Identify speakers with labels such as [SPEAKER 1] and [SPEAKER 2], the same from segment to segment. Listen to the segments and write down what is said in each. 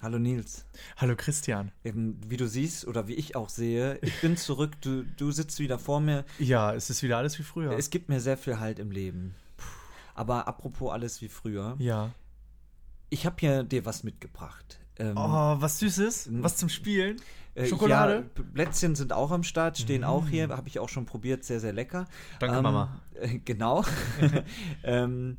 [SPEAKER 1] Hallo Nils.
[SPEAKER 2] Hallo Christian.
[SPEAKER 1] Eben, wie du siehst oder wie ich auch sehe, ich bin zurück, du, du sitzt wieder vor mir.
[SPEAKER 2] Ja, es ist wieder alles wie früher.
[SPEAKER 1] Es gibt mir sehr viel Halt im Leben. Aber apropos alles wie früher,
[SPEAKER 2] ja.
[SPEAKER 1] ich habe hier dir was mitgebracht. Ähm,
[SPEAKER 2] Oh, was Süßes. Was zum Spielen.
[SPEAKER 1] äh, Ja,
[SPEAKER 2] Schokolade. Mhm.
[SPEAKER 1] P- Plätzchen sind auch am Start, stehen auch hier, habe ich auch schon probiert, sehr, sehr lecker.
[SPEAKER 2] Danke, Mama.
[SPEAKER 1] äh, Genau. ähm,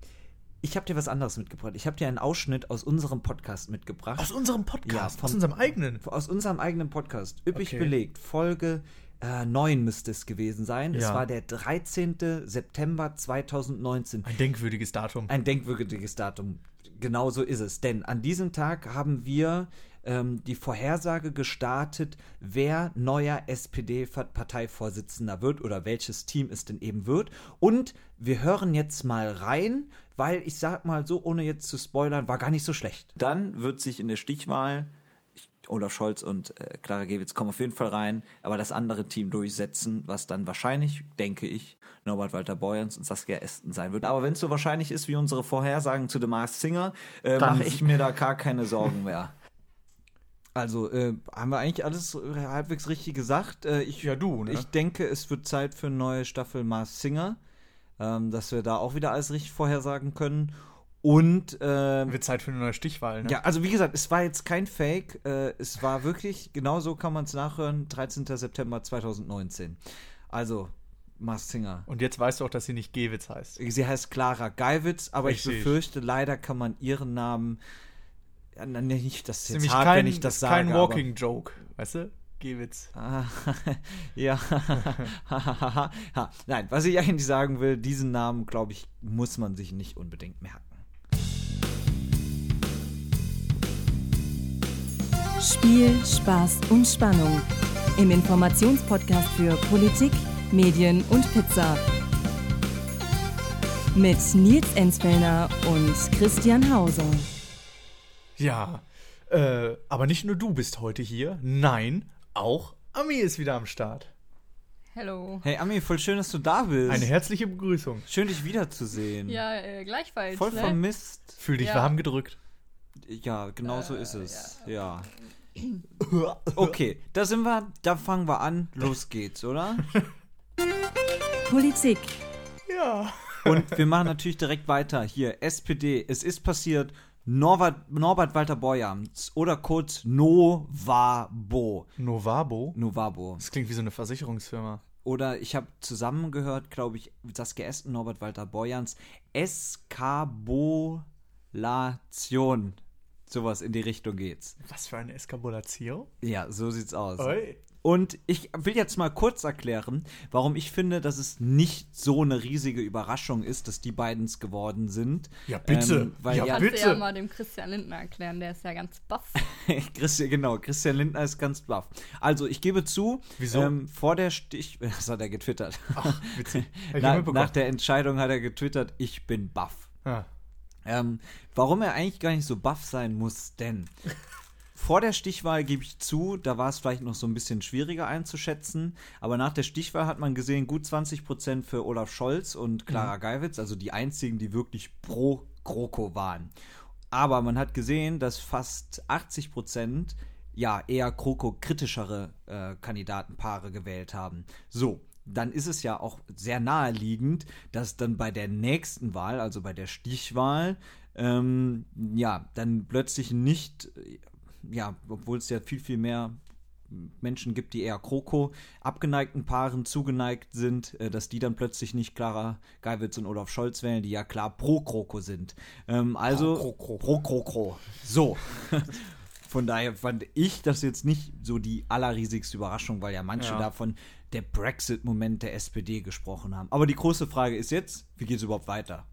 [SPEAKER 1] ich habe dir was anderes mitgebracht. Ich habe dir einen Ausschnitt aus unserem Podcast mitgebracht.
[SPEAKER 2] Aus unserem
[SPEAKER 1] Ja,
[SPEAKER 2] Podcast.
[SPEAKER 1] von-
[SPEAKER 2] aus unserem eigenen.
[SPEAKER 1] aus unserem eigenen Podcast, üppig
[SPEAKER 2] Okay.
[SPEAKER 1] belegt, Folge äh, 9 müsste es gewesen sein. Es
[SPEAKER 2] Ja.
[SPEAKER 1] war der 13. September 2019.
[SPEAKER 2] Ein denkwürdiges Datum.
[SPEAKER 1] Ein denkwürdiges Datum. Genau so ist es. Denn an diesem Tag haben wir ähm, die Vorhersage gestartet, wer neuer SPD-Parteivorsitzender wird oder welches Team es denn eben wird. Und wir hören jetzt mal rein, weil ich sag mal so, ohne jetzt zu spoilern, war gar nicht so schlecht.
[SPEAKER 3] Dann wird sich in der Stichwahl ich- Olaf Scholz und äh, Clara Gewitz kommen auf jeden Fall rein, aber das andere Team durchsetzen, was dann wahrscheinlich, denke ich, Norbert Walter Borjans und Saskia Esken sein wird. Aber wenn es so wahrscheinlich ist wie unsere Vorhersagen zu The Masked Singer, äh,
[SPEAKER 2] Dann-
[SPEAKER 3] mache ich mir da gar keine Sorgen mehr.
[SPEAKER 1] Also äh, haben wir eigentlich alles äh, halbwegs richtig gesagt. Äh, ich,
[SPEAKER 2] Ja, du, ne?
[SPEAKER 1] Ich denke, es wird Zeit für eine neue Staffel Mars Singer, ähm, dass wir da auch wieder alles richtig vorhersagen können. Und ähm,
[SPEAKER 2] Wird Zeit für eine neue Stichwahl, ne?
[SPEAKER 1] ja, also wie gesagt, es war jetzt kein Fake. Äh, es war wirklich, genau so kann man es nachhören, 13. September 2019. Also Mars Singer.
[SPEAKER 2] Und jetzt weißt du auch, dass sie nicht Gewitz heißt.
[SPEAKER 1] Sie heißt Clara Geiwitz, aber ich
[SPEAKER 2] Richtig.
[SPEAKER 1] befürchte, leider kann man ihren Namen ja, na, nicht, das ist jetzt
[SPEAKER 2] Nämlich
[SPEAKER 1] hart,
[SPEAKER 2] kein,
[SPEAKER 1] wenn ich das
[SPEAKER 2] ist
[SPEAKER 1] sage.
[SPEAKER 2] kein
[SPEAKER 1] aber-
[SPEAKER 2] Walking-Joke, weißt du? Gewitz.
[SPEAKER 1] Ah, ja. Ha, Nein, was ich eigentlich sagen will, diesen Namen, glaube ich, muss man sich nicht unbedingt merken.
[SPEAKER 4] Spiel, Spaß und Spannung. Im Informationspodcast für Politik, Medien und Pizza. Mit Nils Enzfellner und Christian Hauser.
[SPEAKER 2] Ja. Äh, aber nicht nur du bist heute hier. Nein, auch Ami ist wieder am Start.
[SPEAKER 5] Hello.
[SPEAKER 1] Hey Ami, voll schön, dass du da bist.
[SPEAKER 2] Eine herzliche Begrüßung.
[SPEAKER 1] schön, dich
[SPEAKER 2] Hm.
[SPEAKER 1] wiederzusehen.
[SPEAKER 5] Ja, äh, gleichfalls.
[SPEAKER 1] voll
[SPEAKER 5] ne?
[SPEAKER 1] vermisst.
[SPEAKER 2] Fühl dich
[SPEAKER 5] Ja.
[SPEAKER 2] warm gedrückt.
[SPEAKER 1] Ja, genau so ist es. Ja. Okay, da sind wir, da fangen wir an. Los geht's, oder?
[SPEAKER 4] Politik,
[SPEAKER 2] Ja.
[SPEAKER 1] Und wir machen natürlich direkt weiter. Hier, SPD, es ist passiert. Norbert, Norbert Walter Borjans oder kurz Novabo.
[SPEAKER 2] Novabo.
[SPEAKER 1] Novabo.
[SPEAKER 2] Das klingt wie so eine Versicherungsfirma.
[SPEAKER 1] oder ich habe zusammengehört, glaube ich, Saskia Esten, Norbert Walter Borjans, Eskabulation. Sowas in die Richtung geht's.
[SPEAKER 2] Was für eine Eskabulation?
[SPEAKER 1] Ja, so sieht's aus.
[SPEAKER 2] Oi.
[SPEAKER 1] Und ich will jetzt mal kurz erklären, warum ich finde, dass es nicht so eine riesige Überraschung ist, dass die beiden's geworden sind. Ähm,
[SPEAKER 2] Ja, bitte.
[SPEAKER 1] weil ja,
[SPEAKER 2] Ja,
[SPEAKER 5] Kannst
[SPEAKER 2] bitte.
[SPEAKER 5] du ja mal dem Christian Lindner erklären, der ist ja ganz baff.
[SPEAKER 1] Christian, genau, Christian Lindner ist ganz baff. Also, ich gebe zu, ähm,
[SPEAKER 2] Wieso?
[SPEAKER 1] vor der Stich... Das hat er getwittert.
[SPEAKER 2] Ach, witzig. Hab ich
[SPEAKER 1] Na,
[SPEAKER 2] mitbekommen.
[SPEAKER 1] nach der Entscheidung hat er getwittert, ich bin baff.
[SPEAKER 2] Ah.
[SPEAKER 1] Ähm, warum er eigentlich gar nicht so baff sein muss, denn vor der Stichwahl gebe ich zu, da war es vielleicht noch so ein bisschen schwieriger einzuschätzen, aber nach der Stichwahl hat man gesehen, gut 20 Prozent für Olaf Scholz und Clara Geiwitz, also die einzigen, die wirklich pro GroKo waren. Aber man hat gesehen, dass fast 80 Prozent ja eher GroKo-kritischere äh, Kandidatenpaare gewählt haben. So, dann ist es ja auch sehr naheliegend, dass dann bei der nächsten Wahl, also bei der Stichwahl, ähm, ja, dann plötzlich nicht, äh, ja, obwohl es ja viel, viel mehr Menschen gibt, die eher Kroko abgeneigten Paaren zugeneigt sind, äh, dass die dann plötzlich nicht Clara Geiwitz und Olaf Scholz wählen, die ja klar pro Kroko sind. Ähm, also
[SPEAKER 2] Pro Kroko.
[SPEAKER 1] pro Kroko. So. Von daher fand ich das jetzt nicht so die allerriesigste Überraschung, weil ja manche
[SPEAKER 2] Ja.
[SPEAKER 1] davon der Brexit-Moment der SPD gesprochen haben. Aber die große Frage ist jetzt, wie geht es überhaupt weiter?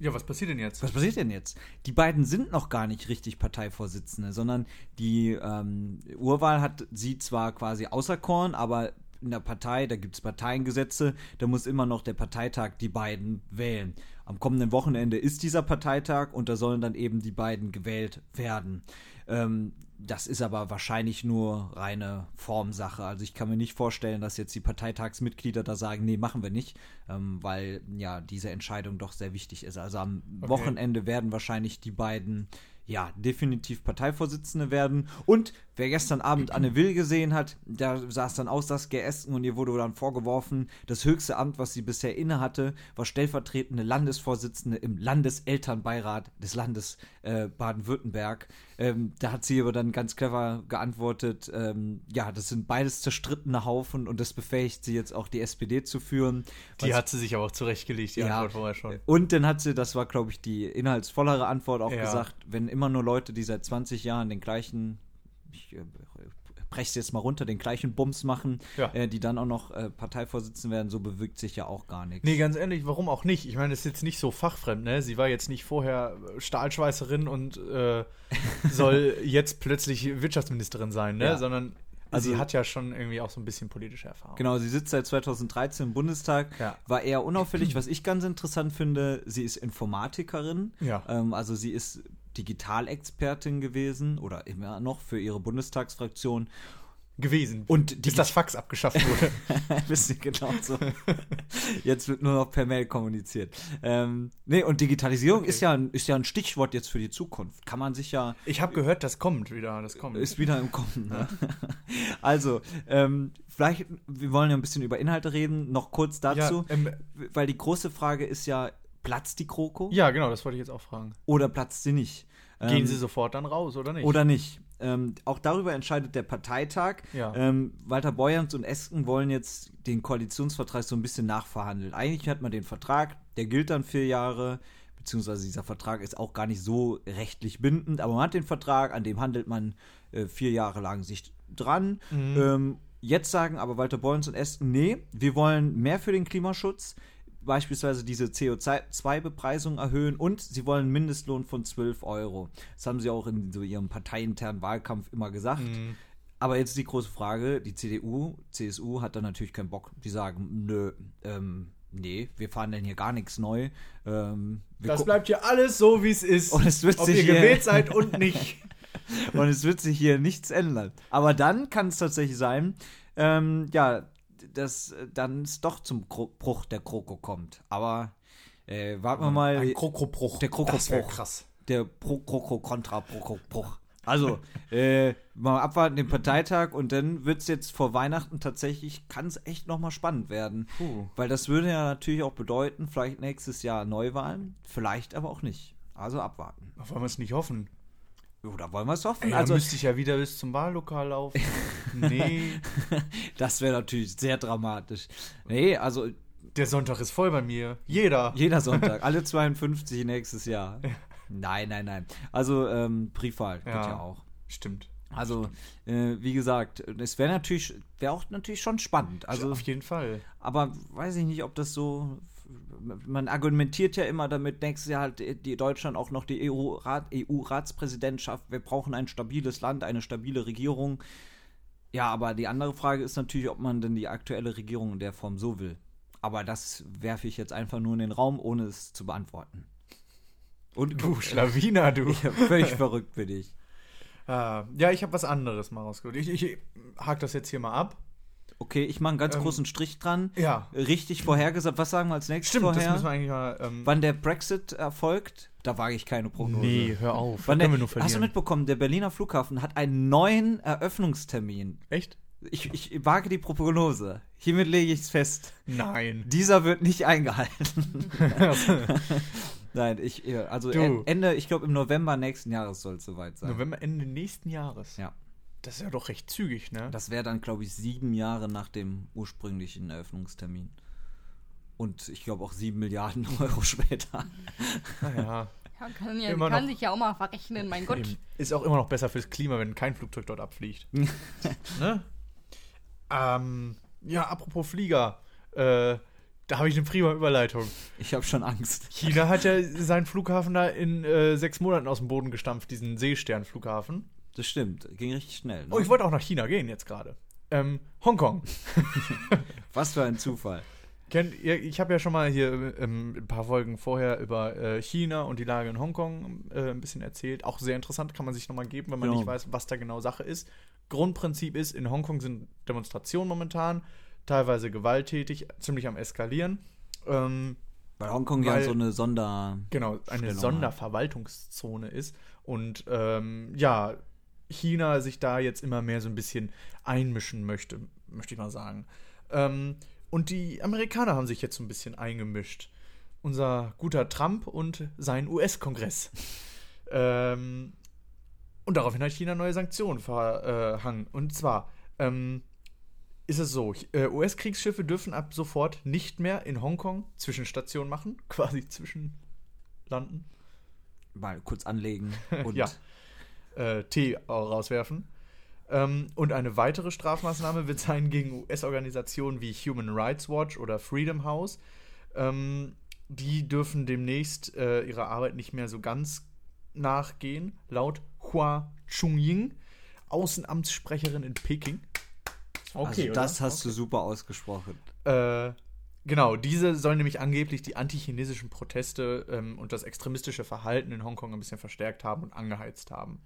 [SPEAKER 2] Ja, was passiert denn jetzt?
[SPEAKER 1] Was passiert denn jetzt? Die beiden sind noch gar nicht richtig Parteivorsitzende, sondern die ähm, Urwahl hat sie zwar quasi außer Korn, aber in der Partei, da gibt es Parteiengesetze, da muss immer noch der Parteitag die beiden wählen. Am kommenden Wochenende ist dieser Parteitag und da sollen dann eben die beiden gewählt werden. Ähm, das ist aber wahrscheinlich nur reine Formsache. Also ich kann mir nicht vorstellen, dass jetzt die Parteitagsmitglieder da sagen, nee, machen wir nicht, ähm, weil ja diese Entscheidung doch sehr wichtig ist. Also am
[SPEAKER 2] Okay.
[SPEAKER 1] Wochenende werden wahrscheinlich die beiden ja, definitiv Parteivorsitzende werden. Und wer gestern Abend Anne Will gesehen hat, da sah es dann aus, Saskia Esken und ihr wurde dann vorgeworfen, das höchste Amt, was sie bisher inne hatte, war stellvertretende Landesvorsitzende im Landeselternbeirat des Landes äh, Baden-Württemberg. Ähm, da hat sie aber dann ganz clever geantwortet, ähm, ja, das sind beides zerstrittene Haufen und das befähigt sie jetzt auch die SPD zu führen.
[SPEAKER 2] Die
[SPEAKER 1] Was-
[SPEAKER 2] hat sie sich aber auch zurechtgelegt, die
[SPEAKER 1] Ja.
[SPEAKER 2] Antwort vorher schon.
[SPEAKER 1] und dann hat sie, das war glaube ich die inhaltsvollere Antwort auch
[SPEAKER 2] Ja.
[SPEAKER 1] gesagt, wenn immer nur Leute, die seit 20 Jahren den gleichen, ich äh, breche es jetzt mal runter, den gleichen Bums machen,
[SPEAKER 2] Ja.
[SPEAKER 1] äh, die dann auch noch äh, Parteivorsitzende werden, so bewegt sich ja auch gar nichts.
[SPEAKER 2] Nee, ganz ehrlich, warum auch nicht? Ich meine, das ist jetzt nicht so fachfremd, ne? Sie war jetzt nicht vorher äh, Stahlschweißerin und äh, soll jetzt plötzlich Wirtschaftsministerin sein, ne?
[SPEAKER 1] Ja.
[SPEAKER 2] Sondern
[SPEAKER 1] Also-
[SPEAKER 2] sie hat ja schon irgendwie auch so ein bisschen politische Erfahrung.
[SPEAKER 1] Genau, sie sitzt seit 2013 im Bundestag,
[SPEAKER 2] Ja.
[SPEAKER 1] war eher unauffällig. Was ich ganz interessant finde, sie ist Informatikerin.
[SPEAKER 2] Ja.
[SPEAKER 1] Ähm, also sie ist Digitalexpertin gewesen oder immer noch für ihre Bundestagsfraktion.
[SPEAKER 2] Gewesen.
[SPEAKER 1] Und
[SPEAKER 2] bis das Fax abgeschafft wurde.
[SPEAKER 1] Wisst ihr genau so. Jetzt wird nur noch per Mail kommuniziert. Ähm, nee, und Digitalisierung ist, ja ein, ist ja ein Stichwort jetzt für die Zukunft. Kann man sich ja,
[SPEAKER 2] ich habe gehört, das kommt wieder, das kommt.
[SPEAKER 1] ist wieder im Kommen. Ne? Also, ähm, vielleicht, wir wollen ja ein bisschen über Inhalte reden. Noch kurz dazu,
[SPEAKER 2] Ja, ähm,
[SPEAKER 1] weil die große Frage ist ja, platzt die Kroko
[SPEAKER 2] ja, genau, das wollte ich jetzt auch fragen.
[SPEAKER 1] oder platzt sie nicht? Ähm,
[SPEAKER 2] Gehen sie sofort dann raus, oder nicht?
[SPEAKER 1] Oder nicht. Ähm, auch darüber entscheidet der Parteitag.
[SPEAKER 2] Ja.
[SPEAKER 1] Ähm, Walter Borjans und Esken wollen jetzt den Koalitionsvertrag so ein bisschen nachverhandeln. Eigentlich hat man den Vertrag, der gilt dann vier Jahre, beziehungsweise dieser Vertrag ist auch gar nicht so rechtlich bindend, aber man hat den Vertrag, an dem handelt man äh, vier Jahre lang sich dran. Ähm, jetzt sagen aber Walter Borjans und Esken, nee, wir wollen mehr für den Klimaschutz. Beispielsweise diese CO2-Bepreisung erhöhen und sie wollen einen Mindestlohn von 12 Euro. Das haben sie auch in so ihrem parteiinternen Wahlkampf immer gesagt. Aber jetzt die große Frage: Die CDU, CSU hat da natürlich keinen Bock. Die sagen: Nö, ähm, nee, wir fahren denn hier gar nichts neu. Ähm, wir
[SPEAKER 2] das
[SPEAKER 1] gu-
[SPEAKER 2] bleibt hier alles so, wie es ist.
[SPEAKER 1] Und es wird
[SPEAKER 2] Ob
[SPEAKER 1] sich
[SPEAKER 2] ihr
[SPEAKER 1] hier-
[SPEAKER 2] gewählt seid und nicht.
[SPEAKER 1] und es wird sich hier nichts ändern. Aber dann kann es tatsächlich sein, ähm, ja, dass äh, dann es doch zum Kro Bruch der Kroko kommt. Aber äh, warten wir mal.
[SPEAKER 2] Krokobruch.
[SPEAKER 1] Der
[SPEAKER 2] Der
[SPEAKER 1] Krokobruch.
[SPEAKER 2] Krokobruch. Das wär krass.
[SPEAKER 1] der Pro-Kroko-Kontra-Pro-Bruch. Also, äh, mal abwarten den Parteitag und dann wird es jetzt vor Weihnachten tatsächlich, kann es echt nochmal spannend werden.
[SPEAKER 2] Puh.
[SPEAKER 1] Weil das würde ja natürlich auch bedeuten, vielleicht nächstes Jahr Neuwahlen, vielleicht aber auch nicht. Also abwarten.
[SPEAKER 2] Wollen wir es nicht hoffen?
[SPEAKER 1] Oder wollen wir es hoffen?
[SPEAKER 2] Ey, also
[SPEAKER 1] also,
[SPEAKER 2] müsste ich ja wieder bis zum Wahllokal laufen. nee,
[SPEAKER 1] das wäre natürlich sehr dramatisch. Nee, also
[SPEAKER 2] der Sonntag ist voll bei mir. Jeder.
[SPEAKER 1] jeder Sonntag, alle 52 nächstes Jahr. Nein, nein, nein. Also, ähm, Briefwahl geht
[SPEAKER 2] Ja.
[SPEAKER 1] ja auch.
[SPEAKER 2] Stimmt.
[SPEAKER 1] Also, äh, wie gesagt, es wäre natürlich, wäre auch natürlich schon spannend.
[SPEAKER 2] Also
[SPEAKER 1] Also,
[SPEAKER 2] auf jeden Fall.
[SPEAKER 1] aber weiß ich nicht, ob das so. Man argumentiert ja immer damit, nächstes Jahr hat die Deutschland auch noch die E EU-Rat- EU-Ratspräsidentschaft. Wir brauchen ein stabiles Land, eine stabile Regierung. Ja, aber die andere Frage ist natürlich, ob man denn die aktuelle Regierung in der Form so will. Aber das werfe ich jetzt einfach nur in den Raum, ohne es zu beantworten. Und
[SPEAKER 2] Du Schlawiner, du.
[SPEAKER 1] völlig verrückt bin ich.
[SPEAKER 2] Ah, ja, ich habe was anderes mal rausgeholt. Ich, ich, ich hake das jetzt hier mal ab.
[SPEAKER 1] Okay, ich mache einen ganz
[SPEAKER 2] Ähm,
[SPEAKER 1] großen Strich dran.
[SPEAKER 2] Ja.
[SPEAKER 1] Richtig vorhergesagt. Was sagen wir als nächstes
[SPEAKER 2] Stimmt, das
[SPEAKER 1] vorher?
[SPEAKER 2] müssen wir eigentlich mal. Ähm,
[SPEAKER 1] Wann der Brexit erfolgt? Da wage ich keine Prognose.
[SPEAKER 2] nee, hör auf.
[SPEAKER 1] Wann der,
[SPEAKER 2] können wir nur
[SPEAKER 1] ne- hast du
[SPEAKER 2] verlieren.
[SPEAKER 1] mitbekommen, der Berliner Flughafen hat einen neuen Eröffnungstermin.
[SPEAKER 2] Echt?
[SPEAKER 1] Ich, ich wage die Prognose. Hiermit lege ich es fest.
[SPEAKER 2] Nein.
[SPEAKER 1] Dieser wird nicht eingehalten. Nein, ich, also
[SPEAKER 2] Du.
[SPEAKER 1] en- Ende, ich glaube im November nächsten Jahres soll es soweit sein.
[SPEAKER 2] November, Ende nächsten Jahres.
[SPEAKER 1] Ja.
[SPEAKER 2] Das ist ja doch recht zügig, ne?
[SPEAKER 1] Das wäre dann, glaube ich, sieben Jahre nach dem ursprünglichen Eröffnungstermin. Und ich glaube auch sieben Milliarden Euro später.
[SPEAKER 2] ja.
[SPEAKER 5] Ja, kann, ja,
[SPEAKER 2] Immer
[SPEAKER 5] kann
[SPEAKER 2] noch.
[SPEAKER 5] sich ja auch mal verrechnen, mein Gott.
[SPEAKER 2] Eben. Ist auch immer noch besser fürs Klima, wenn kein Flugzeug dort abfliegt. ne? ähm, ja, apropos Flieger. Äh, da habe ich eine prima Überleitung.
[SPEAKER 1] Ich habe schon Angst.
[SPEAKER 2] China hat ja seinen Flughafen da in äh, sechs Monaten aus dem Boden gestampft, diesen Seestern-Flughafen.
[SPEAKER 1] Das stimmt. Ging richtig schnell. Ne?
[SPEAKER 2] Oh, ich wollte auch nach China gehen jetzt gerade. Ähm, Hongkong.
[SPEAKER 1] Was für ein Zufall.
[SPEAKER 2] Kennt ihr, ich habe ja schon mal hier ähm, ein paar Folgen vorher über äh, China und die Lage in Hongkong äh, ein bisschen erzählt. Auch sehr interessant, kann man sich nochmal geben, wenn man
[SPEAKER 1] Genau.
[SPEAKER 2] nicht weiß, was da genau Sache ist. Grundprinzip ist, in Hongkong sind Demonstrationen momentan, teilweise gewalttätig, ziemlich am Eskalieren. Ähm,
[SPEAKER 1] Weil Hongkong ja
[SPEAKER 2] Weil-
[SPEAKER 1] so eine Sonder.
[SPEAKER 2] genau, eine
[SPEAKER 1] Stellung
[SPEAKER 2] Sonderverwaltungszone ist und ähm, ja, China sich da jetzt immer mehr so ein bisschen einmischen möchte, möchte ich mal sagen. Ähm, und die Amerikaner haben sich jetzt so ein bisschen eingemischt. Unser guter Trump und sein US-Kongress. ähm, und daraufhin hat China neue Sanktionen verhangen. Und zwar ähm, ist es so, ch- äh, US-Kriegsschiffe dürfen ab sofort nicht mehr in Hongkong Zwischenstationen machen, quasi zwischen landen,
[SPEAKER 1] Mal kurz anlegen und also
[SPEAKER 2] Ja. äh, Tee au- rauswerfen. Ähm, und eine weitere Strafmaßnahme wird sein gegen US-Organisationen wie Human Rights Watch oder Freedom House. Ähm, die dürfen demnächst äh, ihrer Arbeit nicht mehr so ganz nachgehen, laut Hua Chunying, Außenamtssprecherin in Peking.
[SPEAKER 1] also das hast du super ausgesprochen.
[SPEAKER 2] Äh, genau, diese sollen nämlich angeblich die antichinesischen Proteste ähm, und das extremistische Verhalten in Hongkong ein bisschen verstärkt haben und angeheizt haben.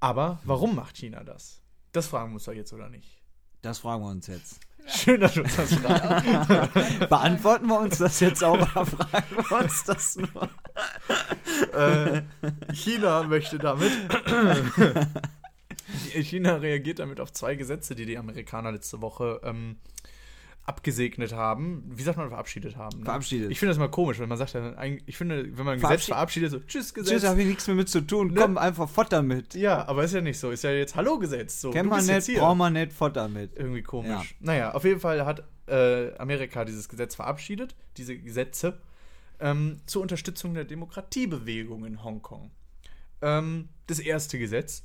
[SPEAKER 2] Aber warum macht China das? Das fragen wir uns doch jetzt, oder nicht?
[SPEAKER 1] Das fragen wir uns jetzt.
[SPEAKER 2] Schön, dass du das fragst.
[SPEAKER 1] Beantworten wir uns das jetzt auch oder fragen wir uns das nur?
[SPEAKER 2] äh, China möchte damit. China reagiert damit auf zwei Gesetze, die die Amerikaner letzte Woche ähm, abgesegnet haben. Wie sagt man, verabschiedet haben? ne?
[SPEAKER 1] Verabschiedet.
[SPEAKER 2] Ich finde das mal komisch, wenn man sagt, ja dann eigentlich- ich finde, wenn man ein Gesetz
[SPEAKER 1] Verabschied-
[SPEAKER 2] verabschiedet, so, tschüss Gesetz.
[SPEAKER 1] Tschüss, habe ich nichts mehr mit zu tun. Komm, einfach Futter mit.
[SPEAKER 2] Ja, aber ist ja nicht so. Ist ja jetzt Hallo gesetzt. So,
[SPEAKER 1] Kennt
[SPEAKER 2] du
[SPEAKER 1] man
[SPEAKER 2] bist jetzt
[SPEAKER 1] nicht,
[SPEAKER 2] hier.
[SPEAKER 1] braucht man nicht Futter mit.
[SPEAKER 2] Irgendwie komisch.
[SPEAKER 1] Ja.
[SPEAKER 2] Naja, auf jeden Fall hat äh, Amerika dieses Gesetz verabschiedet, diese Gesetze, ähm, zur Unterstützung der Demokratiebewegung in Hongkong. Ähm, das erste Gesetz,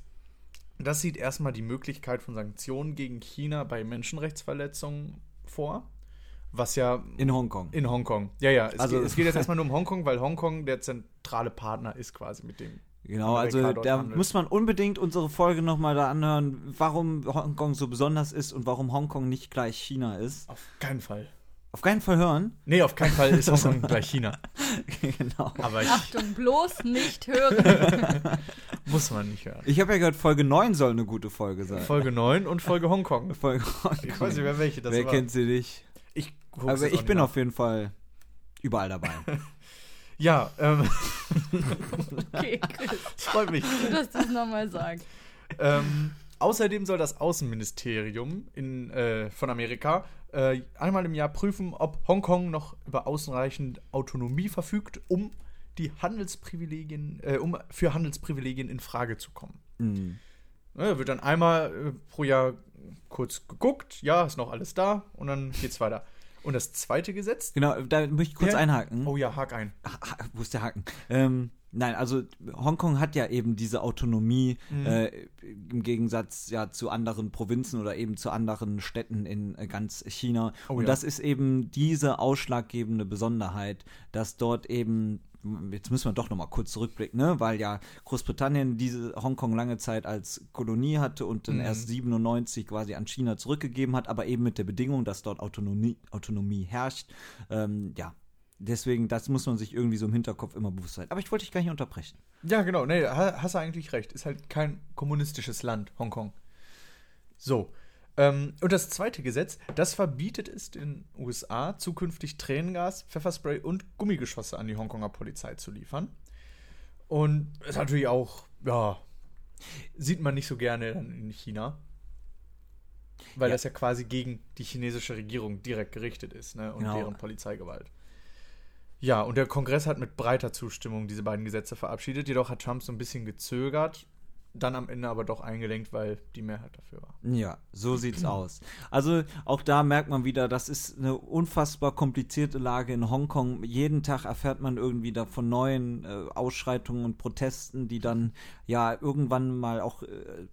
[SPEAKER 2] das sieht erstmal die Möglichkeit von Sanktionen gegen China bei Menschenrechtsverletzungen vor, was ja
[SPEAKER 1] In Hongkong.
[SPEAKER 2] in Hongkong. Ja, ja, es,
[SPEAKER 1] Also-
[SPEAKER 2] geht, es geht jetzt erstmal nur um Hongkong, weil Hongkong der zentrale Partner ist quasi mit dem.
[SPEAKER 1] Genau, also
[SPEAKER 2] Amerika dort
[SPEAKER 1] da
[SPEAKER 2] handelt.
[SPEAKER 1] muss man unbedingt unsere Folge nochmal da anhören, warum Hongkong so besonders ist und warum Hongkong nicht gleich China ist.
[SPEAKER 2] Auf keinen Fall.
[SPEAKER 1] Auf keinen Fall hören.
[SPEAKER 2] Nee, auf keinen Fall ist Hongkong gleich China.
[SPEAKER 1] genau.
[SPEAKER 2] Aber ich
[SPEAKER 5] Achtung, bloß nicht hören.
[SPEAKER 2] muss man nicht hören.
[SPEAKER 1] Ich habe ja gehört, Folge 9 soll eine gute Folge sein.
[SPEAKER 2] Folge 9 und Folge Hongkong.
[SPEAKER 1] Folge
[SPEAKER 2] Ich weiß nicht mehr, welche das
[SPEAKER 1] Wer
[SPEAKER 2] war.
[SPEAKER 1] kennt sie nicht?
[SPEAKER 2] Ich guck's
[SPEAKER 1] Aber
[SPEAKER 2] jetzt auch
[SPEAKER 1] ich
[SPEAKER 2] nicht
[SPEAKER 1] bin
[SPEAKER 2] nach.
[SPEAKER 1] auf jeden Fall überall dabei.
[SPEAKER 2] Ja, ähm,
[SPEAKER 5] Okay, Chris,
[SPEAKER 2] das freut mich.
[SPEAKER 5] du darfst das nochmal sagen.
[SPEAKER 2] ähm, außerdem soll das Außenministerium in, äh, von Amerika äh, einmal im Jahr prüfen, ob Hongkong noch über ausreichend Autonomie verfügt, um die Handelsprivilegien, äh, um für Handelsprivilegien in Frage zu kommen.
[SPEAKER 1] Mhm.
[SPEAKER 2] Ne, wird dann einmal äh, pro Jahr kurz geguckt, ja, ist noch alles da und dann geht's weiter. Und das zweite Gesetz?
[SPEAKER 1] Genau, da möchte ich kurz
[SPEAKER 2] Ja.
[SPEAKER 1] einhaken.
[SPEAKER 2] Oh ja, hak ein.
[SPEAKER 1] Ah, ah, wo ist der Haken? Ähm, nein, also Hongkong hat ja eben diese Autonomie
[SPEAKER 2] Mhm.
[SPEAKER 1] äh, im Gegensatz ja zu anderen Provinzen oder eben zu anderen Städten in äh, ganz China.
[SPEAKER 2] Oh
[SPEAKER 1] Und
[SPEAKER 2] ja.
[SPEAKER 1] das ist eben diese ausschlaggebende Besonderheit, dass dort eben Jetzt müssen wir doch noch mal kurz zurückblicken, ne? weil ja Großbritannien diese Hongkong lange Zeit als Kolonie hatte und dann erst 97 quasi an China zurückgegeben hat, aber eben mit der Bedingung, dass dort Autonomie, Autonomie herrscht. Ähm, ja, Deswegen, das muss man sich irgendwie so im Hinterkopf immer bewusst sein. Aber ich wollte dich gar nicht unterbrechen.
[SPEAKER 2] Ja, genau. Nee, ha- hast du eigentlich recht. Ist halt kein kommunistisches Land, Hongkong. So. Ähm, und das zweite Gesetz, das verbietet es den USA, zukünftig Tränengas, Pfefferspray und Gummigeschosse an die Hongkonger Polizei zu liefern. Und ist natürlich auch, ja, sieht man nicht so gerne dann in China. Weil
[SPEAKER 1] Ja.
[SPEAKER 2] das ja quasi gegen die chinesische Regierung direkt gerichtet ist, ne? Und
[SPEAKER 1] Genau.
[SPEAKER 2] deren Polizeigewalt. Ja, und der Kongress hat mit breiter Zustimmung diese beiden Gesetze verabschiedet. Jedoch hat Trump so ein bisschen gezögert, dann am Ende aber doch eingelenkt, weil die Mehrheit dafür war.
[SPEAKER 1] Ja, so sieht's aus. Also auch da merkt man wieder, das ist eine unfassbar komplizierte Lage in Hongkong. Jeden Tag erfährt man irgendwie da von neuen äh, Ausschreitungen und Protesten, die dann ja irgendwann mal auch äh,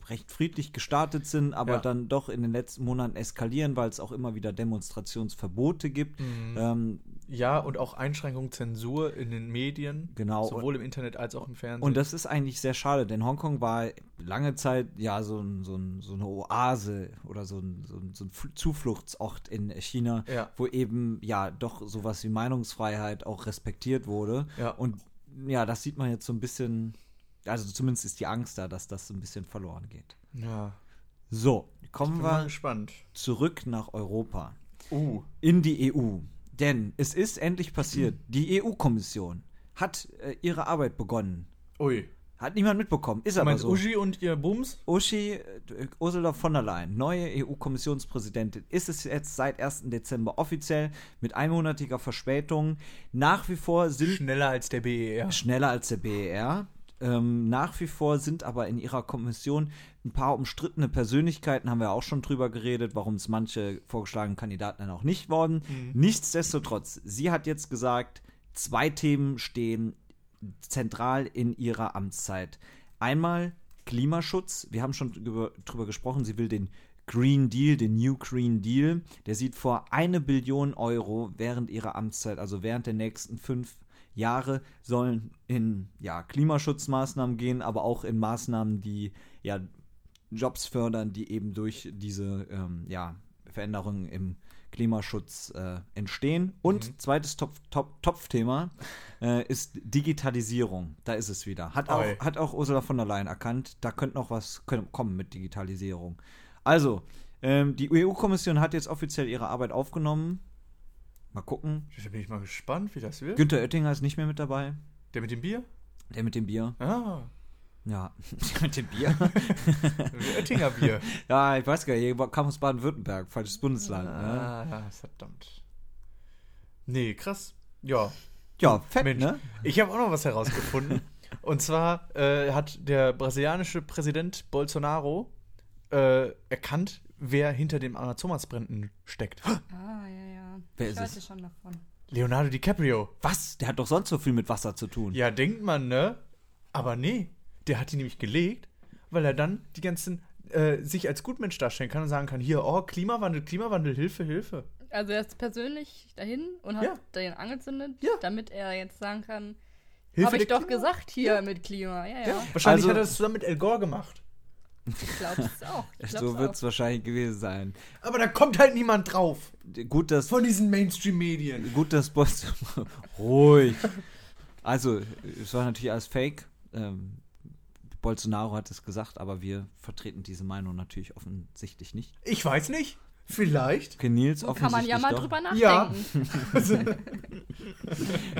[SPEAKER 1] recht friedlich gestartet sind, aber
[SPEAKER 2] Ja.
[SPEAKER 1] dann doch in den letzten Monaten eskalieren, weil es auch immer wieder Demonstrationsverbote gibt. Ähm,
[SPEAKER 2] Ja, und auch Einschränkung, Zensur in den Medien.
[SPEAKER 1] Genau.
[SPEAKER 2] Sowohl im Internet als auch im Fernsehen.
[SPEAKER 1] Und das ist eigentlich sehr schade, denn Hongkong war lange Zeit ja so, ein, so, ein, so eine Oase oder so ein, so ein, so ein Fu- Zufluchtsort in China,
[SPEAKER 2] Ja.
[SPEAKER 1] wo eben ja doch sowas wie Meinungsfreiheit auch respektiert wurde.
[SPEAKER 2] Ja.
[SPEAKER 1] Und ja, das sieht man jetzt so ein bisschen, also zumindest ist die Angst da, dass das so ein bisschen verloren geht.
[SPEAKER 2] ja,
[SPEAKER 1] So, kommen
[SPEAKER 2] bin mal
[SPEAKER 1] wir
[SPEAKER 2] gespannt.
[SPEAKER 1] zurück nach Europa,
[SPEAKER 2] Uh,
[SPEAKER 1] in die EU. Denn es ist endlich passiert. Die EU-Kommission hat äh, ihre Arbeit begonnen.
[SPEAKER 2] Ui.
[SPEAKER 1] Hat niemand mitbekommen. Ist
[SPEAKER 2] Du
[SPEAKER 1] aber
[SPEAKER 2] meinst
[SPEAKER 1] so.
[SPEAKER 2] Uschi und ihr Bums?
[SPEAKER 1] Uschi äh, Ursula von der Leyen, neue EU-Kommissionspräsidentin, ist es jetzt seit 1. Dezember offiziell mit einmonatiger Verspätung. Nach wie vor sind
[SPEAKER 2] Schneller als der E BER.
[SPEAKER 1] schneller als der BER. Ähm, nach wie vor sind aber in ihrer Kommission ein paar umstrittene Persönlichkeiten, haben wir auch schon drüber geredet, warum es manche vorgeschlagenen Kandidaten dann auch nicht worden. Nichtsdestotrotz, sie hat jetzt gesagt, zwei Themen stehen zentral in ihrer Amtszeit. Einmal Klimaschutz. Wir haben schon drüber, drüber gesprochen, sie will den Green Deal, den New Green Deal. Der sieht vor, eine Billion Euro während ihrer Amtszeit, also während der nächsten fünf Jahre, sollen in ja, Klimaschutzmaßnahmen gehen, aber auch in Maßnahmen, die ja, Jobs fördern, die eben durch diese ähm, ja, Veränderungen im Klimaschutz äh, entstehen. Und
[SPEAKER 2] Mhm.
[SPEAKER 1] zweites Top- Top- Topfthema äh, ist Digitalisierung. Da ist es wieder. Hat auch,
[SPEAKER 2] Oi.
[SPEAKER 1] hat auch Ursula von der Leyen erkannt, da könnte noch was kö- kommen mit Digitalisierung. Also, ähm, die EU-Kommission hat jetzt offiziell ihre Arbeit aufgenommen. Mal gucken.
[SPEAKER 2] Da bin ich mal gespannt, wie das wird.
[SPEAKER 1] Günther Oettinger ist nicht mehr mit dabei.
[SPEAKER 2] Der mit dem Bier?
[SPEAKER 1] Der mit dem Bier.
[SPEAKER 2] Ah,
[SPEAKER 1] Ja, der mit dem Bier.
[SPEAKER 2] Oettinger Bier.
[SPEAKER 1] ja, ich weiß gar nicht, hier kam aus Baden-Württemberg, falsches Bundesland. Ne?
[SPEAKER 2] ah, verdammt. Nee, krass. Ja,
[SPEAKER 1] Ja, fett,
[SPEAKER 2] Mensch,
[SPEAKER 1] ne?
[SPEAKER 2] ich habe auch noch was herausgefunden. Und zwar äh, hat der brasilianische Präsident Bolsonaro äh, erkannt, wer hinter den Amazonasbränden steckt.
[SPEAKER 5] Ah, ja, ja.
[SPEAKER 1] Wer
[SPEAKER 5] ich
[SPEAKER 1] ist
[SPEAKER 5] weiß
[SPEAKER 1] es?
[SPEAKER 5] schon davon.
[SPEAKER 2] Leonardo DiCaprio.
[SPEAKER 1] Was? Der hat doch sonst so viel mit Wasser zu tun.
[SPEAKER 2] Ja, denkt man, ne? Aber nee, der hat die nämlich gelegt, weil er dann die ganzen äh, sich als Gutmensch darstellen kann und sagen kann, hier, oh, Klimawandel, Klimawandel, Hilfe, Hilfe.
[SPEAKER 5] Also er ist persönlich dahin und hat
[SPEAKER 2] Ja.
[SPEAKER 5] den angezündet,
[SPEAKER 2] Ja.
[SPEAKER 5] damit er jetzt sagen kann,
[SPEAKER 2] Hilfe
[SPEAKER 5] habe ich
[SPEAKER 2] der
[SPEAKER 5] doch
[SPEAKER 2] Klima-
[SPEAKER 5] gesagt hier mit Klima. Ja, ja.
[SPEAKER 2] Ja, wahrscheinlich
[SPEAKER 1] Also-
[SPEAKER 2] hat er das zusammen mit El Gore gemacht.
[SPEAKER 5] Ich glaube es auch. Ich glaub's
[SPEAKER 1] so
[SPEAKER 5] auch.
[SPEAKER 1] wird es wahrscheinlich gewesen sein.
[SPEAKER 2] Aber da kommt halt niemand drauf
[SPEAKER 1] Gut, dass,
[SPEAKER 2] von diesen Mainstream-Medien.
[SPEAKER 1] gut, dass Boss. Ruhig. Also, es war natürlich alles Fake. Ähm, Bolsonaro hat es gesagt, aber wir vertreten diese Meinung natürlich offensichtlich nicht.
[SPEAKER 2] Ich weiß nicht. Vielleicht.
[SPEAKER 1] Okay, Nils,
[SPEAKER 5] So kann man ja
[SPEAKER 1] offensichtlich
[SPEAKER 5] mal
[SPEAKER 1] doch.
[SPEAKER 5] drüber
[SPEAKER 2] Ja.
[SPEAKER 5] nachdenken.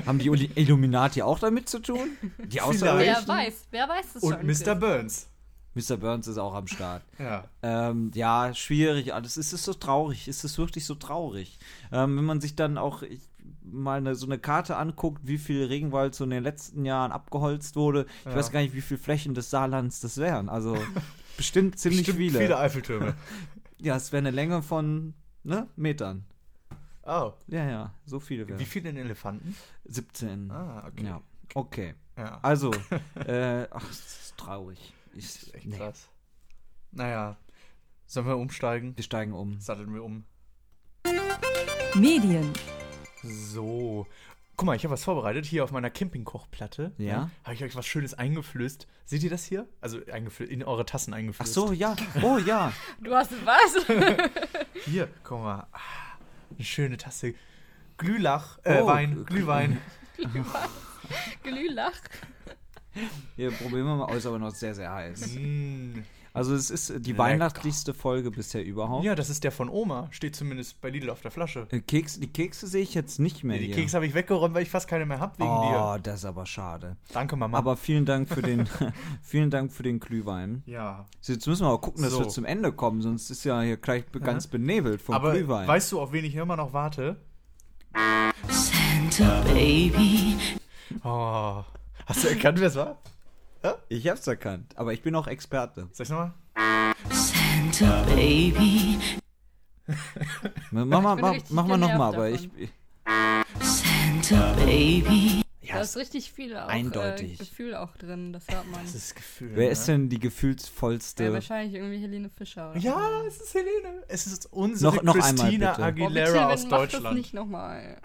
[SPEAKER 1] Haben die Uli- Illuminati auch damit zu tun? Die Außerirdischen?
[SPEAKER 5] Wer weiß, wer weiß es
[SPEAKER 2] Und
[SPEAKER 5] schon.
[SPEAKER 2] Mr. Burns.
[SPEAKER 1] Mr. Burns ist auch am Start.
[SPEAKER 2] Ja.
[SPEAKER 1] Ähm, ja, schwierig alles. Es ist so traurig. Es ist wirklich so traurig. Ähm, wenn man sich dann auch ich, mal eine, so eine Karte anguckt, wie viel Regenwald so in den letzten Jahren abgeholzt wurde. Ich
[SPEAKER 2] Ja.
[SPEAKER 1] weiß gar nicht, wie viel Flächen des Saarlands das wären. Also bestimmt ziemlich
[SPEAKER 2] Bestimmt
[SPEAKER 1] viele.
[SPEAKER 2] viele Eiffeltürme.
[SPEAKER 1] Ja, es wäre eine Länge von ne, Metern.
[SPEAKER 2] Oh.
[SPEAKER 1] Ja, ja, so viele
[SPEAKER 2] Wie
[SPEAKER 1] wären.
[SPEAKER 2] viele denn Elefanten?
[SPEAKER 1] 17.
[SPEAKER 2] Ah, okay.
[SPEAKER 1] Ja, okay.
[SPEAKER 2] Ja.
[SPEAKER 1] Also, äh, ach, es ist traurig. Ich,
[SPEAKER 2] ist echt
[SPEAKER 1] nee,
[SPEAKER 2] krass. Naja. Sollen wir umsteigen?
[SPEAKER 1] wir steigen um.
[SPEAKER 2] Satteln wir um.
[SPEAKER 4] Medien,
[SPEAKER 2] So. Guck mal, ich habe was vorbereitet hier auf meiner Campingkochplatte.
[SPEAKER 1] Ja.
[SPEAKER 2] Habe ich euch was Schönes eingeflößt. Seht ihr das hier? Also eingeflö- in eure Tassen
[SPEAKER 1] Ach
[SPEAKER 2] eingeflößt.
[SPEAKER 1] so, ja. Oh ja.
[SPEAKER 5] Du hast was?
[SPEAKER 2] Hier, guck mal. Ah, eine schöne Tasse. Glühlach, äh,
[SPEAKER 1] Oh,
[SPEAKER 2] Wein,
[SPEAKER 1] Glüh-
[SPEAKER 2] Glühwein.
[SPEAKER 5] Glühlach.
[SPEAKER 1] Hier probieren wir mal aus, aber noch sehr, sehr heiß.
[SPEAKER 2] Mm.
[SPEAKER 1] Also es ist äh, die
[SPEAKER 2] Lecker.
[SPEAKER 1] weihnachtlichste Folge bisher überhaupt.
[SPEAKER 2] Ja, das ist der von Oma. Steht zumindest bei Lidl auf der Flasche.
[SPEAKER 1] Äh, Keks, die Kekse sehe ich jetzt nicht mehr.
[SPEAKER 2] Nee, die
[SPEAKER 1] hier.
[SPEAKER 2] Kekse habe ich weggeräumt, weil ich fast keine mehr habe wegen
[SPEAKER 1] oh, das ist aber schade.
[SPEAKER 2] dir. Danke, Mama.
[SPEAKER 1] Aber vielen Dank für den, vielen Dank für den Glühwein.
[SPEAKER 2] ja.
[SPEAKER 1] So, Jetzt müssen wir mal gucken, dass
[SPEAKER 2] So.
[SPEAKER 1] wir zum Ende kommen, sonst ist ja hier gleich be- ganz benebelt vom
[SPEAKER 2] Aber
[SPEAKER 1] Glühwein.
[SPEAKER 2] weißt du, auf wen ich immer noch warte? Santa Baby. Oh. Hast du erkannt, wer es war?
[SPEAKER 1] ich hab's erkannt, aber ich bin auch Experte.
[SPEAKER 2] Sag ich nochmal?
[SPEAKER 1] Mach mal,
[SPEAKER 5] bin
[SPEAKER 1] mach,
[SPEAKER 5] richtig
[SPEAKER 1] mach mal
[SPEAKER 5] genervt
[SPEAKER 1] nochmal, aber ich.
[SPEAKER 5] davon.
[SPEAKER 1] Ja,
[SPEAKER 5] Da ist richtig viel auch,
[SPEAKER 1] Eindeutig.
[SPEAKER 5] Äh, Gefühl auch drin, das hört man.
[SPEAKER 2] Das ist Gefühl.
[SPEAKER 1] wer
[SPEAKER 2] ne?
[SPEAKER 1] ist denn die
[SPEAKER 5] Ja,
[SPEAKER 1] gefühlsvollste?
[SPEAKER 5] wahrscheinlich irgendwie Helene Fischer. Oder?
[SPEAKER 2] Ja, es ist Helene. Es ist unsere
[SPEAKER 1] Noch- noch einmal,
[SPEAKER 2] Christina
[SPEAKER 1] bitte.
[SPEAKER 5] Oh, bitte,
[SPEAKER 2] Aguilera aus
[SPEAKER 5] mach Das
[SPEAKER 2] Deutschland.
[SPEAKER 5] nicht nochmal.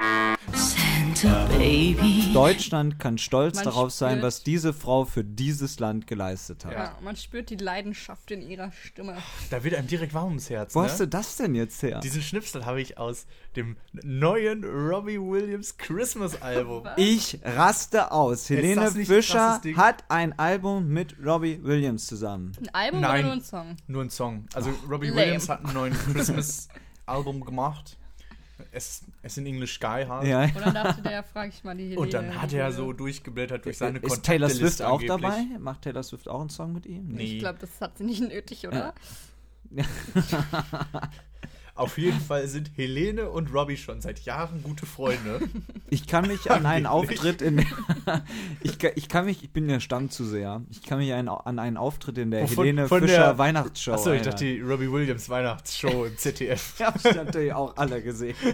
[SPEAKER 1] Deutschland kann stolz
[SPEAKER 5] Man
[SPEAKER 1] darauf sein,
[SPEAKER 5] spürt-
[SPEAKER 1] was diese Frau für dieses Land geleistet hat.
[SPEAKER 2] Ja.
[SPEAKER 5] Ja, man spürt die Leidenschaft in ihrer Stimme.
[SPEAKER 2] Da wird einem direkt warm ums Herz.
[SPEAKER 1] Wo
[SPEAKER 2] ne?
[SPEAKER 1] hast du das denn jetzt her?
[SPEAKER 2] Diesen Schnipsel habe ich aus dem neuen Robbie Williams Christmas Album.
[SPEAKER 1] Ich raste aus. Helene
[SPEAKER 2] das nicht
[SPEAKER 1] Fischer
[SPEAKER 2] krasses Ding?
[SPEAKER 1] hat ein Album mit Robbie Williams zusammen.
[SPEAKER 5] Ein Album
[SPEAKER 2] Nein.
[SPEAKER 5] oder nur ein Song?
[SPEAKER 2] Nur ein Song. Also Robbie
[SPEAKER 5] lame.
[SPEAKER 2] Williams hat einen neuen Christmas Album gemacht. es, es in Englisch Sky haben.
[SPEAKER 1] Ja.
[SPEAKER 5] Und dann dachte der, frag ich mal die Helene.
[SPEAKER 2] Und dann hat er
[SPEAKER 5] Helene.
[SPEAKER 2] so durchgeblättert durch seine
[SPEAKER 1] Ist Taylor
[SPEAKER 2] Kontakteliste
[SPEAKER 1] Swift auch
[SPEAKER 2] angeblich.
[SPEAKER 1] dabei? Macht Taylor Swift auch einen Song mit ihm?
[SPEAKER 2] Nee.
[SPEAKER 5] Ich glaube, das hat sie nicht nötig, oder?
[SPEAKER 2] Auf jeden Fall sind Helene und Robbie schon seit Jahren gute Freunde.
[SPEAKER 1] Ich kann mich an einen
[SPEAKER 2] Angeblich.
[SPEAKER 1] Auftritt in ich, kann, ich kann mich, ich bin der Stammzuseher. Ich kann mich an, an einen Auftritt in der
[SPEAKER 2] Von-
[SPEAKER 1] Helene
[SPEAKER 2] von der-
[SPEAKER 1] Fischer Weihnachtsshow.
[SPEAKER 2] Achso, ich
[SPEAKER 1] erinnern.
[SPEAKER 2] dachte, die Robbie Williams Weihnachtsshow im ZDF.
[SPEAKER 1] Ja, hab ich natürlich auch alle gesehen.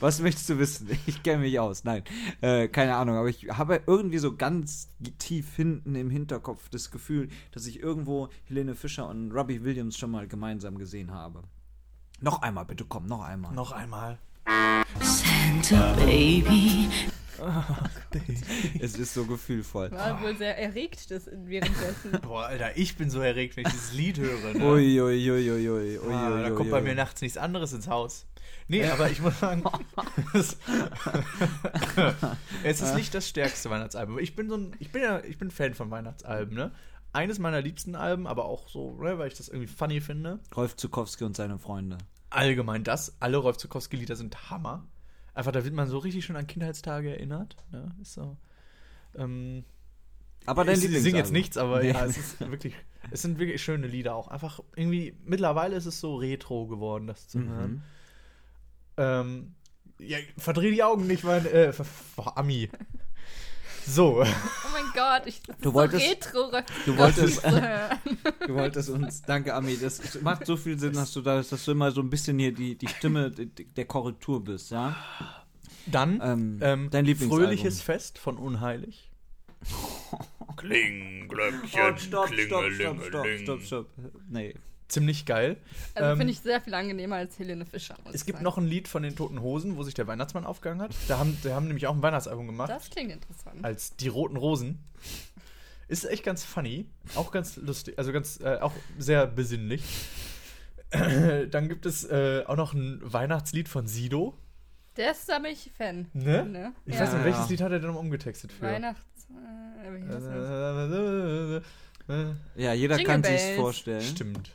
[SPEAKER 1] Was möchtest du wissen? Ich kenne mich aus. Nein, äh, keine Ahnung. Aber ich habe irgendwie so ganz tief hinten im Hinterkopf das Gefühl, dass ich irgendwo Helene Fischer und Robbie Williams schon mal gemeinsam gesehen habe. Noch einmal, bitte komm, noch einmal.
[SPEAKER 2] Noch einmal.
[SPEAKER 6] Santa baby,
[SPEAKER 1] Es ist so gefühlvoll.
[SPEAKER 5] War wohl sehr erregt das währenddessen.
[SPEAKER 2] Boah, Alter, ich bin so erregt, wenn ich dieses Lied höre. Ne?
[SPEAKER 1] Uiuiuiui. Ui, ui, ui, ui,
[SPEAKER 2] Ah, da
[SPEAKER 1] ui,
[SPEAKER 2] kommt bei
[SPEAKER 1] ui.
[SPEAKER 2] mir nachts nichts anderes ins Haus. Nee, aber ich muss sagen, es, es ist nicht das stärkste Weihnachtsalbum. Ich bin so ein, ich bin ja, ich bin Fan von Weihnachtsalben, ne? Eines meiner liebsten Alben, aber auch so, ne, weil ich das irgendwie funny finde.
[SPEAKER 1] Rolf Zukowski und seine Freunde.
[SPEAKER 2] Allgemein das, alle Rolf Zukowski-Lieder sind Hammer. Einfach, da wird man so richtig schon an Kindheitstage erinnert. Ne? Ist so. Ähm,
[SPEAKER 1] Aber dein
[SPEAKER 2] ich sing
[SPEAKER 1] Lieblingsalbum.
[SPEAKER 2] jetzt nichts, aber
[SPEAKER 1] Nee.
[SPEAKER 2] ja, es ist wirklich, es sind wirklich schöne Lieder auch. Einfach irgendwie, mittlerweile ist es so retro geworden, das
[SPEAKER 1] Mhm.
[SPEAKER 2] zu hören. Ähm, ja, verdreh die Augen nicht, mein äh, ver- ver- Ami. So,
[SPEAKER 5] Oh mein Gott, ich das ist
[SPEAKER 1] Du
[SPEAKER 5] so
[SPEAKER 1] wolltest-
[SPEAKER 5] retro.
[SPEAKER 1] du wolltest-
[SPEAKER 5] Gott,
[SPEAKER 1] Du wolltest uns, danke Ami, das macht so viel Sinn, dass du da, dass du immer so ein bisschen hier die, die Stimme d- d- der Korrektur bist, ja?
[SPEAKER 2] dann
[SPEAKER 1] Ähm,
[SPEAKER 2] ähm,
[SPEAKER 1] dein Lieblingsalbum.
[SPEAKER 2] Fröhliches Fest von Unheilig. Kling, Glöckchen,
[SPEAKER 1] Und stopp, stopp, stopp, stopp, stopp, stopp. Nee.
[SPEAKER 2] Ziemlich geil.
[SPEAKER 5] Also
[SPEAKER 2] Ähm,
[SPEAKER 5] finde ich sehr viel angenehmer als Helene Fischer. muss
[SPEAKER 2] Es
[SPEAKER 5] ich
[SPEAKER 2] gibt
[SPEAKER 5] sagen.
[SPEAKER 2] noch ein Lied von den Toten Hosen, wo sich der Weihnachtsmann aufgehangen hat. Da haben, da haben nämlich auch ein Weihnachtsalbum gemacht.
[SPEAKER 5] Das klingt interessant.
[SPEAKER 2] als die roten Rosen. Ist echt ganz funny, auch ganz lustig, also ganz äh, auch sehr besinnlich. Dann gibt es äh, auch noch ein Weihnachtslied von Sido.
[SPEAKER 5] Der ist da bin ich Fan.
[SPEAKER 2] Ne?
[SPEAKER 5] Ne?
[SPEAKER 2] Ich
[SPEAKER 5] ja.
[SPEAKER 2] weiß nicht,
[SPEAKER 1] Ja.
[SPEAKER 2] welches Lied hat er denn umgetextet für?
[SPEAKER 5] Weihnachts. Äh, ich weiß nicht.
[SPEAKER 2] Äh,
[SPEAKER 1] Ja, jeder
[SPEAKER 5] Jingle
[SPEAKER 1] kann sich's
[SPEAKER 5] Bells.
[SPEAKER 1] vorstellen.
[SPEAKER 2] Stimmt.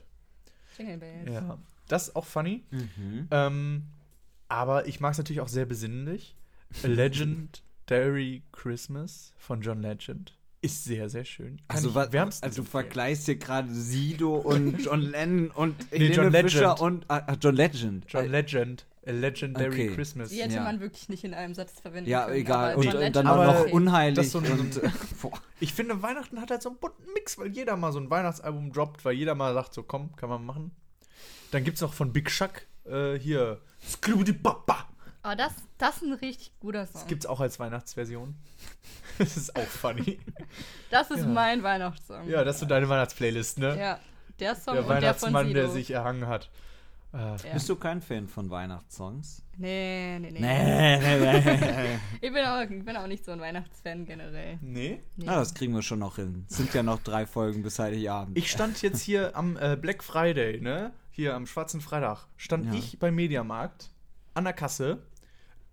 [SPEAKER 5] Jingle Bells.
[SPEAKER 2] Ja. Das ist auch funny.
[SPEAKER 1] Mhm.
[SPEAKER 2] Ähm, aber ich mag es natürlich auch sehr besinnlich. A Legendary Christmas von John Legend ist sehr, sehr schön. Kann
[SPEAKER 1] Also,
[SPEAKER 2] ich
[SPEAKER 1] was,
[SPEAKER 2] wärmstens
[SPEAKER 1] also du
[SPEAKER 2] empfehlen.
[SPEAKER 1] vergleichst hier gerade Sido und John Lennon und
[SPEAKER 2] Nee,
[SPEAKER 1] Helene
[SPEAKER 2] John Legend.
[SPEAKER 1] Fischer und ah, ah, John Legend.
[SPEAKER 2] John Legend, A Legendary
[SPEAKER 1] Okay.
[SPEAKER 2] Christmas.
[SPEAKER 5] Die hätte
[SPEAKER 1] Ja.
[SPEAKER 5] man wirklich nicht in einem Satz verwenden
[SPEAKER 1] ja,
[SPEAKER 5] können.
[SPEAKER 1] egal.
[SPEAKER 5] aber
[SPEAKER 1] Und,
[SPEAKER 5] John
[SPEAKER 1] und dann
[SPEAKER 5] Legend
[SPEAKER 1] auch
[SPEAKER 2] aber
[SPEAKER 5] ist
[SPEAKER 1] noch
[SPEAKER 5] okay.
[SPEAKER 1] unheilig
[SPEAKER 2] Das so ein-
[SPEAKER 1] und äh, boah.
[SPEAKER 2] Ich finde, Weihnachten hat halt so einen bunten Mix, weil jeder mal so ein Weihnachtsalbum droppt, weil jeder mal sagt, so komm, kann man machen. Dann gibt's noch von Big Shuck äh, hier Sklubidibaba.
[SPEAKER 5] Aber das, das ist ein richtig guter Song.
[SPEAKER 2] Das gibt's auch als Weihnachtsversion. Das ist auch funny.
[SPEAKER 5] das ist
[SPEAKER 2] ja.
[SPEAKER 5] mein Weihnachtssong.
[SPEAKER 2] ja, das ist so deine Weihnachtsplaylist, ne?
[SPEAKER 5] Ja, der Song
[SPEAKER 2] Der
[SPEAKER 5] und der von
[SPEAKER 2] Weihnachtsmann,
[SPEAKER 5] Sido.
[SPEAKER 2] der sich erhangen hat. Äh,
[SPEAKER 5] Ja.
[SPEAKER 1] Bist du kein Fan von Weihnachtssongs?
[SPEAKER 5] Nee, nee, nee. Ich, bin auch, ich bin auch nicht so ein Weihnachtsfan generell.
[SPEAKER 2] nee.
[SPEAKER 5] Nee.
[SPEAKER 1] Na, das kriegen wir schon noch hin. Es sind ja noch drei Folgen bis Heiligabend.
[SPEAKER 2] Ich stand jetzt hier am äh, Black Friday, ne? Hier am schwarzen Freitag. Stand
[SPEAKER 1] Ja.
[SPEAKER 2] ich beim Mediamarkt an der Kasse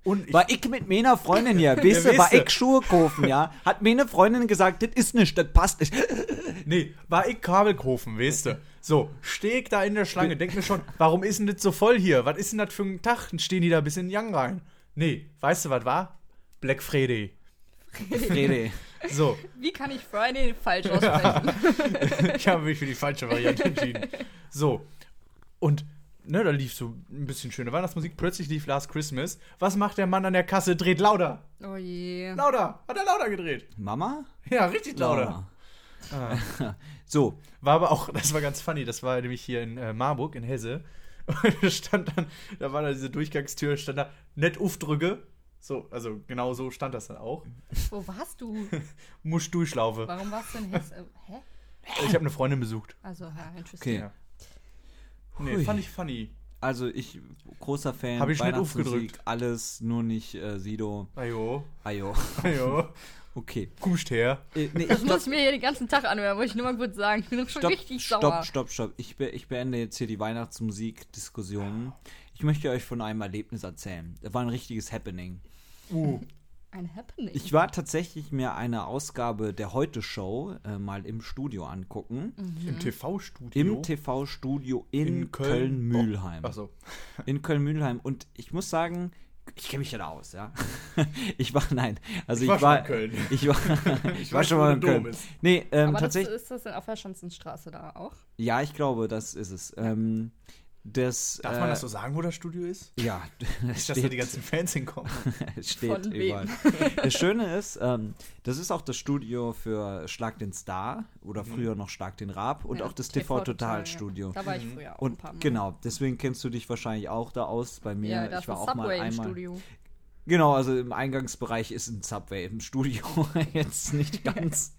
[SPEAKER 2] und ich
[SPEAKER 1] War ich mit meiner Freundin hier, weißt du,
[SPEAKER 2] Ja,
[SPEAKER 1] war
[SPEAKER 2] weißt du.
[SPEAKER 1] ich Schuhe kaufen, ja? Hat meine Freundin gesagt, das ist nicht, das passt nicht.
[SPEAKER 2] Nee, war ich Kabelkofen, weißt du. So, steh ich da in der Schlange, denk mir schon, warum ist denn das so voll hier? Was ist denn das für ein Tag? Dann stehen die da bis in den Yang rein. Nee, weißt du, was war? Black Friday.
[SPEAKER 1] Frede.
[SPEAKER 2] So,
[SPEAKER 5] Wie kann ich Friday falsch aussprechen?
[SPEAKER 2] ich habe mich für die falsche Variante entschieden. So, und ne, da lief so ein bisschen schöne Weihnachtsmusik. Plötzlich lief Last Christmas. Was macht der Mann an der Kasse? Dreht lauter.
[SPEAKER 5] oh je.
[SPEAKER 2] Lauter. Hat er lauter gedreht.
[SPEAKER 1] Mama?
[SPEAKER 2] Ja, richtig lauter.
[SPEAKER 1] So,
[SPEAKER 2] War aber auch, das war ganz funny, das war nämlich hier in äh, Marburg, in Hesse. Und da stand dann, da war da diese Durchgangstür, stand da, nett aufdrücke. So, also genau so stand das dann auch.
[SPEAKER 5] Wo warst du?
[SPEAKER 2] Musch durchlaufe.
[SPEAKER 5] Warum warst du in Hessen? Hä?
[SPEAKER 2] Ich habe eine Freundin besucht.
[SPEAKER 5] Also, ja, interesting.
[SPEAKER 1] okay.
[SPEAKER 2] Ja. Nee,
[SPEAKER 1] Hui.
[SPEAKER 2] fand ich funny.
[SPEAKER 1] Also ich, großer Fan,
[SPEAKER 2] Hab ich nicht
[SPEAKER 1] Weihnachtsmusik,
[SPEAKER 2] aufgedrückt.
[SPEAKER 1] alles, nur nicht äh, Sido.
[SPEAKER 2] Ajo,
[SPEAKER 1] Ajo.
[SPEAKER 2] ajo,
[SPEAKER 1] Okay.
[SPEAKER 2] kuscht her.
[SPEAKER 1] Äh, nee,
[SPEAKER 5] Das
[SPEAKER 1] ich
[SPEAKER 5] muss ich mir hier den ganzen Tag anhören, muss ich nur mal kurz sagen. Ich bin doch schon
[SPEAKER 1] Stopp,
[SPEAKER 5] richtig
[SPEAKER 1] stopp,
[SPEAKER 5] sauer.
[SPEAKER 1] stopp, stopp. Ich, be ich beende jetzt hier die Weihnachtsmusik-Diskussion. Ich möchte euch von einem Erlebnis erzählen. Das war ein richtiges Happening.
[SPEAKER 2] Uh,
[SPEAKER 5] Ein Happening.
[SPEAKER 1] Ich war tatsächlich mir eine Ausgabe der Heute-Show äh, mal im Studio angucken.
[SPEAKER 2] Im TV-Studio.
[SPEAKER 1] Im TV-Studio in, Köln-Mühlheim.
[SPEAKER 2] Achso.
[SPEAKER 1] in Köln-Mühlheim. Und ich muss sagen, ich kenne mich ja da aus, ja. Ich war, nein, also
[SPEAKER 2] Ich
[SPEAKER 1] ich,
[SPEAKER 2] war
[SPEAKER 1] war,
[SPEAKER 2] schon in Köln.
[SPEAKER 1] Ich war, ich war
[SPEAKER 2] weiß,
[SPEAKER 1] schon
[SPEAKER 2] wo
[SPEAKER 1] mal
[SPEAKER 2] der
[SPEAKER 1] in
[SPEAKER 2] Dom
[SPEAKER 1] Köln.
[SPEAKER 2] ist.
[SPEAKER 1] Nee, ähm,
[SPEAKER 5] Aber das, äh
[SPEAKER 1] tatsächlich,
[SPEAKER 5] ist das in- auf der Schanzenstraße da auch?
[SPEAKER 1] ja, ich glaube, das ist es. Ähm, das,
[SPEAKER 2] Darf
[SPEAKER 1] äh,
[SPEAKER 2] man das so sagen, wo das Studio ist?
[SPEAKER 1] Ja, das
[SPEAKER 2] Nicht, dass da die
[SPEAKER 1] steht,
[SPEAKER 2] ganzen Fans hinkommen.
[SPEAKER 1] es steht
[SPEAKER 5] Von wem?
[SPEAKER 1] überall. Das Schöne ist, ähm, das ist auch das Studio für Schlag den Star oder früher noch Schlag den Rab und
[SPEAKER 5] Mhm. Ja,
[SPEAKER 1] auch das TV-Total-Studio.
[SPEAKER 5] ja. Da war ich früher auch
[SPEAKER 1] Mhm.
[SPEAKER 5] ein
[SPEAKER 1] Und
[SPEAKER 5] paar Mal.
[SPEAKER 1] genau, deswegen kennst du dich wahrscheinlich auch da aus. Bei mir,
[SPEAKER 5] Ja, da
[SPEAKER 1] ich war
[SPEAKER 5] ist
[SPEAKER 1] auch
[SPEAKER 5] ein Subway
[SPEAKER 1] mal
[SPEAKER 5] im
[SPEAKER 1] einmal.
[SPEAKER 5] Studio.
[SPEAKER 1] Genau, also im Eingangsbereich ist ein Subway im Studio jetzt nicht ganz.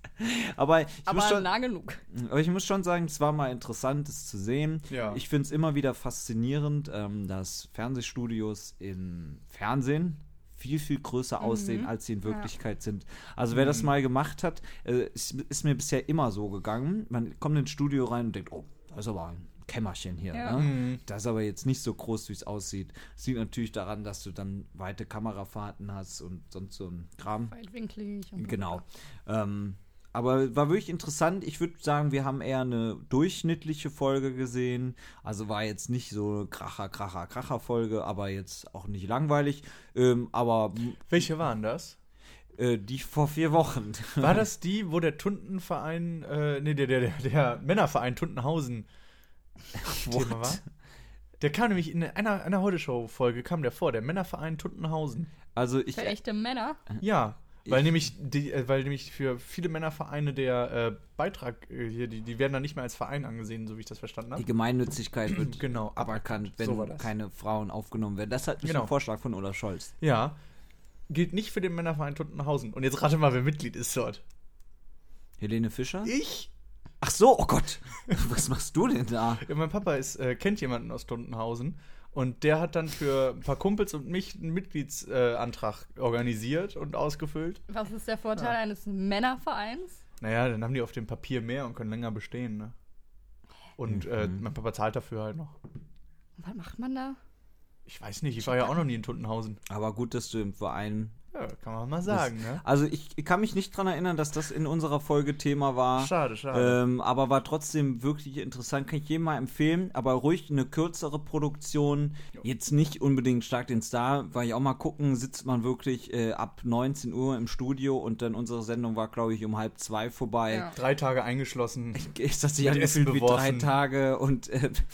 [SPEAKER 1] Aber ich,
[SPEAKER 5] Aber
[SPEAKER 1] muss schon,
[SPEAKER 5] nah genug.
[SPEAKER 1] aber ich muss schon sagen, es war mal interessant, es zu sehen.
[SPEAKER 2] Ja.
[SPEAKER 1] Ich finde es immer wieder faszinierend, ähm, dass Fernsehstudios im Fernsehen viel, viel größer aussehen, als sie in Wirklichkeit sind. Also wer das mal gemacht hat, äh, ist, ist mir bisher immer so gegangen. Man kommt ins Studio rein und denkt, oh, da ist aber ein Kämmerchen hier.
[SPEAKER 5] Ja.
[SPEAKER 1] Ne? Das ist aber jetzt nicht so groß, wie es aussieht. Das liegt natürlich daran, dass du dann weite Kamerafahrten hast und sonst so ein Kram.
[SPEAKER 5] Weitwinklig. und-
[SPEAKER 1] Genau. Ähm, aber war wirklich interessant. Ich würde sagen, wir haben eher eine durchschnittliche Folge gesehen. Also war jetzt nicht so eine Kracher, Kracher, Kracher Folge, aber jetzt auch nicht langweilig. Ähm, aber
[SPEAKER 2] Welche waren das?
[SPEAKER 1] äh, die vor vier Wochen.
[SPEAKER 2] War das die, wo der Tuntenverein, äh, nee, der, der, der, der Männerverein Tuntenhausen Thema war? Der kam nämlich in einer, einer Heute-Show-Folge, kam der vor, der Männerverein Tuntenhausen.
[SPEAKER 1] Also ich,
[SPEAKER 5] Für echte Männer.
[SPEAKER 2] Ja, weil nämlich, die, äh, weil nämlich für viele Männervereine der äh, Beitrag äh, hier, die, die werden dann nicht mehr als Verein angesehen, so wie ich das verstanden habe.
[SPEAKER 1] die Gemeinnützigkeit wird
[SPEAKER 2] Genau,
[SPEAKER 1] aberkannt, wenn
[SPEAKER 2] So war das.
[SPEAKER 1] keine Frauen aufgenommen werden. Das hat mich
[SPEAKER 2] Genau.
[SPEAKER 1] ein Vorschlag von Olaf Scholz.
[SPEAKER 2] Ja. Gilt nicht für den Männerverein Tuntenhausen. Und jetzt rate mal, wer Mitglied ist dort.
[SPEAKER 1] Helene Fischer?
[SPEAKER 2] Ich?
[SPEAKER 1] Ach so, oh Gott. Was machst du denn da?
[SPEAKER 2] Ja, mein Papa ist, äh, kennt jemanden aus Tuntenhausen und der hat dann für ein paar Kumpels und mich einen Mitgliedsantrag äh, Antrag organisiert und ausgefüllt.
[SPEAKER 5] Was ist der Vorteil eines Männervereins?
[SPEAKER 2] Naja, dann haben die auf dem Papier mehr und können länger bestehen, ne? Und äh, mein Papa zahlt dafür halt noch.
[SPEAKER 5] Was macht man da?
[SPEAKER 2] Ich weiß nicht, ich war ja auch noch nie in Tuntenhausen.
[SPEAKER 1] Aber gut, dass du im Verein
[SPEAKER 2] Ja, kann man mal sagen, ne?
[SPEAKER 1] Also ich kann mich nicht dran erinnern, dass das in unserer Folge Thema war.
[SPEAKER 2] Schade, schade.
[SPEAKER 1] Ähm, aber war trotzdem wirklich interessant. Kann ich jedem mal empfehlen. Aber ruhig eine kürzere Produktion. Jetzt nicht unbedingt stark den Star. Weil ich auch mal gucken, sitzt man wirklich äh, ab 19 Uhr im Studio und dann unsere Sendung war, glaube ich, um halb zwei vorbei.
[SPEAKER 5] Ja.
[SPEAKER 2] Äh, Drei Tage eingeschlossen.
[SPEAKER 1] Ist das sich
[SPEAKER 2] Mit
[SPEAKER 1] angefühlt
[SPEAKER 2] Essen
[SPEAKER 1] wie drei
[SPEAKER 2] beworfen.
[SPEAKER 1] Tage und äh,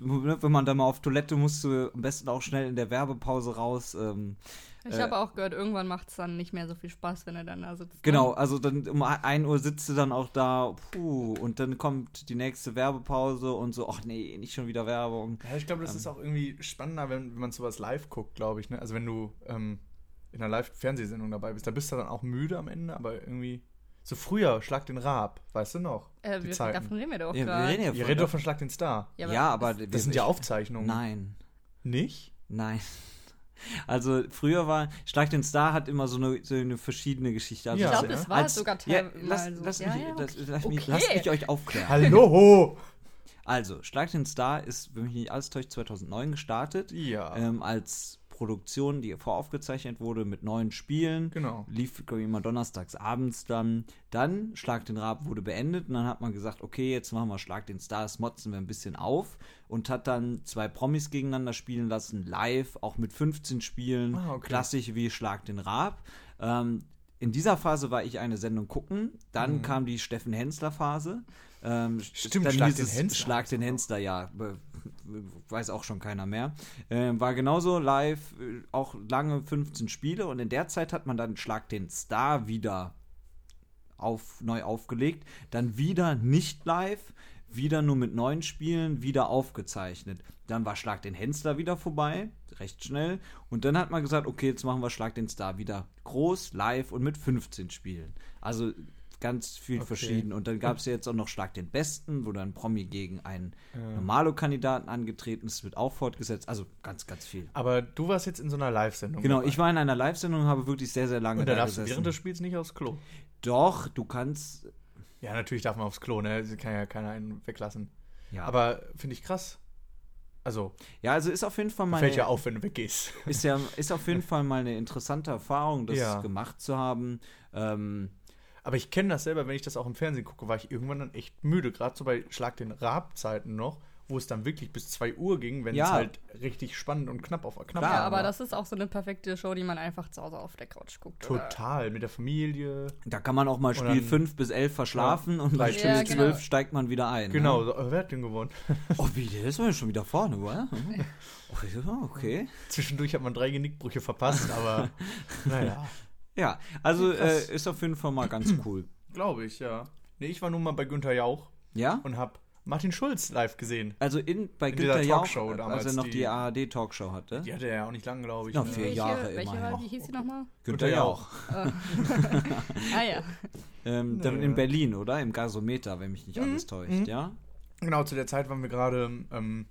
[SPEAKER 1] wenn man da mal auf Toilette musste, am besten auch schnell in der Werbepause raus. Ähm,
[SPEAKER 5] Ich habe auch gehört, irgendwann macht es dann nicht mehr so viel Spaß, wenn er dann da sitzt. ne?
[SPEAKER 1] Genau, also dann um 1 Uhr sitzt du dann auch da, puh, und dann kommt die nächste Werbepause und so, ach nee, nicht schon wieder Werbung.
[SPEAKER 2] Ja, ich glaube, das ist auch irgendwie spannender, wenn, wenn man sowas live guckt, glaube ich. Ne? Also wenn du ähm, in einer Live-Fernsehsendung dabei bist, da bist du dann auch müde am Ende, aber irgendwie. So früher, Schlag den Raab, weißt du noch?
[SPEAKER 5] Äh,
[SPEAKER 2] die
[SPEAKER 5] wir,
[SPEAKER 2] Zeiten.
[SPEAKER 5] davon reden wir
[SPEAKER 1] Ja,
[SPEAKER 5] doch
[SPEAKER 1] wir
[SPEAKER 5] gerade.
[SPEAKER 1] reden ja
[SPEAKER 2] Ihr
[SPEAKER 1] von-
[SPEAKER 2] redet doch von Schlag den Star.
[SPEAKER 5] Ja, aber
[SPEAKER 1] ja, aber wir-
[SPEAKER 2] Das sind ja Aufzeichnungen.
[SPEAKER 1] Nein,
[SPEAKER 2] Nicht?
[SPEAKER 1] nein. Also früher war Schlag den Star hat immer so eine, so eine verschiedene Geschichte. Also
[SPEAKER 2] Ich
[SPEAKER 5] Ich glaube,
[SPEAKER 2] Ja.
[SPEAKER 5] das war sogar
[SPEAKER 1] ja,
[SPEAKER 5] teilweise
[SPEAKER 1] lass,
[SPEAKER 5] so.
[SPEAKER 1] lass,
[SPEAKER 5] Ja,
[SPEAKER 1] mich,
[SPEAKER 5] ja,
[SPEAKER 1] das-
[SPEAKER 5] okay.
[SPEAKER 1] lass, mich,
[SPEAKER 5] Okay.
[SPEAKER 1] lass mich euch aufklären.
[SPEAKER 2] Halt. Hallo!
[SPEAKER 1] Also, Schlag den Star ist, wenn mich nicht alles täuscht, 2009 gestartet.
[SPEAKER 2] Ja.
[SPEAKER 1] Ähm, als Produktion, die voraufgezeichnet wurde mit neuen Spielen.
[SPEAKER 2] Genau.
[SPEAKER 1] Lief, glaube ich, immer donnerstags abends dann. Dann Schlag den Rab wurde beendet und dann hat man gesagt, okay, jetzt machen wir Schlag den Stars, motzen wir ein bisschen auf und hat dann zwei Promis gegeneinander spielen lassen, live, auch mit 15 Spielen,
[SPEAKER 2] Ah, okay.
[SPEAKER 1] klassisch wie Schlag den Rab. Ähm, in dieser Phase war ich eine Sendung gucken, dann
[SPEAKER 2] Mhm.
[SPEAKER 1] kam die Steffen Hensler Phase. Ähm,
[SPEAKER 2] Stimmt,
[SPEAKER 1] dann
[SPEAKER 2] Schlag
[SPEAKER 1] hieß
[SPEAKER 2] den
[SPEAKER 1] es
[SPEAKER 2] Hensler.
[SPEAKER 1] Schlag den Hensler, ja. Be- Weiß auch schon keiner mehr. Ähm, war genauso live, äh, auch lange 15 Spiele und in der Zeit hat man dann Schlag den Star wieder auf, neu aufgelegt, dann wieder nicht live, wieder nur mit neuen Spielen, wieder aufgezeichnet. Dann war Schlag den Hensler wieder vorbei, recht schnell. Und dann hat man gesagt, okay, jetzt machen wir Schlag den Star wieder groß, live und mit 15 Spielen. Also ganz viel verschieden. Und dann gab es ja jetzt auch noch Schlag den Besten, wo dann Promi gegen einen Normalo-Kandidaten angetreten ist, wird auch fortgesetzt. Also ganz, ganz viel.
[SPEAKER 2] Aber du warst jetzt in so einer Live-Sendung.
[SPEAKER 1] Genau,
[SPEAKER 2] dabei.
[SPEAKER 1] ich war in einer Live-Sendung und habe wirklich sehr, sehr lange
[SPEAKER 2] Und da
[SPEAKER 1] da
[SPEAKER 2] darfst du
[SPEAKER 1] gesessen.
[SPEAKER 2] während des Spiels nicht aufs Klo.
[SPEAKER 1] Doch, du kannst
[SPEAKER 2] Ja, natürlich darf man aufs Klo, ne? Das Kann ja keiner einen weglassen.
[SPEAKER 1] Ja.
[SPEAKER 2] Aber finde ich krass. Also,
[SPEAKER 1] Ja, also ist auf jeden Fall mal
[SPEAKER 2] fällt ja
[SPEAKER 1] eine,
[SPEAKER 2] auf, wenn du weggehst.
[SPEAKER 1] ist ja ist auf jeden Fall mal eine interessante Erfahrung, das
[SPEAKER 2] Ja.
[SPEAKER 1] gemacht zu haben. Ähm,
[SPEAKER 2] Aber ich kenne das selber, wenn ich das auch im Fernsehen gucke, war ich irgendwann dann echt müde. Gerade so bei Schlag den Raab-Zeiten noch, wo es dann wirklich bis 2 Uhr ging, wenn es
[SPEAKER 1] Ja.
[SPEAKER 2] halt richtig spannend und knapp auf knapp
[SPEAKER 1] Klar,
[SPEAKER 5] Ja,
[SPEAKER 2] war.
[SPEAKER 5] aber das ist auch so eine perfekte Show, die man einfach zu Hause auf der Couch guckt. oder?
[SPEAKER 2] Total, mit der Familie.
[SPEAKER 1] da kann man auch mal Spiel
[SPEAKER 2] dann-
[SPEAKER 1] 5 bis 11 verschlafen und bei
[SPEAKER 2] drei
[SPEAKER 1] Spiel
[SPEAKER 5] Stunden.
[SPEAKER 1] 12
[SPEAKER 5] Ja, genau.
[SPEAKER 1] steigt man wieder ein.
[SPEAKER 2] Genau,
[SPEAKER 1] Ne?
[SPEAKER 2] so, äh, wer hat denn gewonnen?
[SPEAKER 1] Oh, wie, der ist ja schon wieder vorne, oder? Oh, Okay.
[SPEAKER 2] Zwischendurch hat man drei Genickbrüche verpasst, aber naja.
[SPEAKER 1] Ja, also äh, ist auf jeden Fall mal ganz cool.
[SPEAKER 2] Glaube ich, ja. Nee, ich war nun mal bei Günther Jauch
[SPEAKER 1] Ja?
[SPEAKER 2] und hab Martin Schulz live gesehen.
[SPEAKER 1] Also in, bei
[SPEAKER 2] In
[SPEAKER 1] Günther
[SPEAKER 2] dieser
[SPEAKER 1] Jauch, äh,
[SPEAKER 2] Talkshow damals,
[SPEAKER 1] als er noch die,
[SPEAKER 2] die-
[SPEAKER 1] ARD-Talkshow hatte.
[SPEAKER 2] Die hatte er ja auch nicht lang, glaube ich.
[SPEAKER 1] Ja,
[SPEAKER 2] ne?
[SPEAKER 1] vier
[SPEAKER 5] Welche,
[SPEAKER 1] Jahre
[SPEAKER 5] welche
[SPEAKER 1] immerhin.
[SPEAKER 5] war, wie hieß die nochmal?
[SPEAKER 1] Günther
[SPEAKER 2] Günther
[SPEAKER 1] Jauch.
[SPEAKER 5] Ah ja. Mhm,
[SPEAKER 1] Ähm, dann
[SPEAKER 2] Naja.
[SPEAKER 1] in Berlin, oder? Im Gasometer, wenn mich nicht alles täuscht, ja?
[SPEAKER 2] Genau, zu der Zeit waren wir gerade, ähm,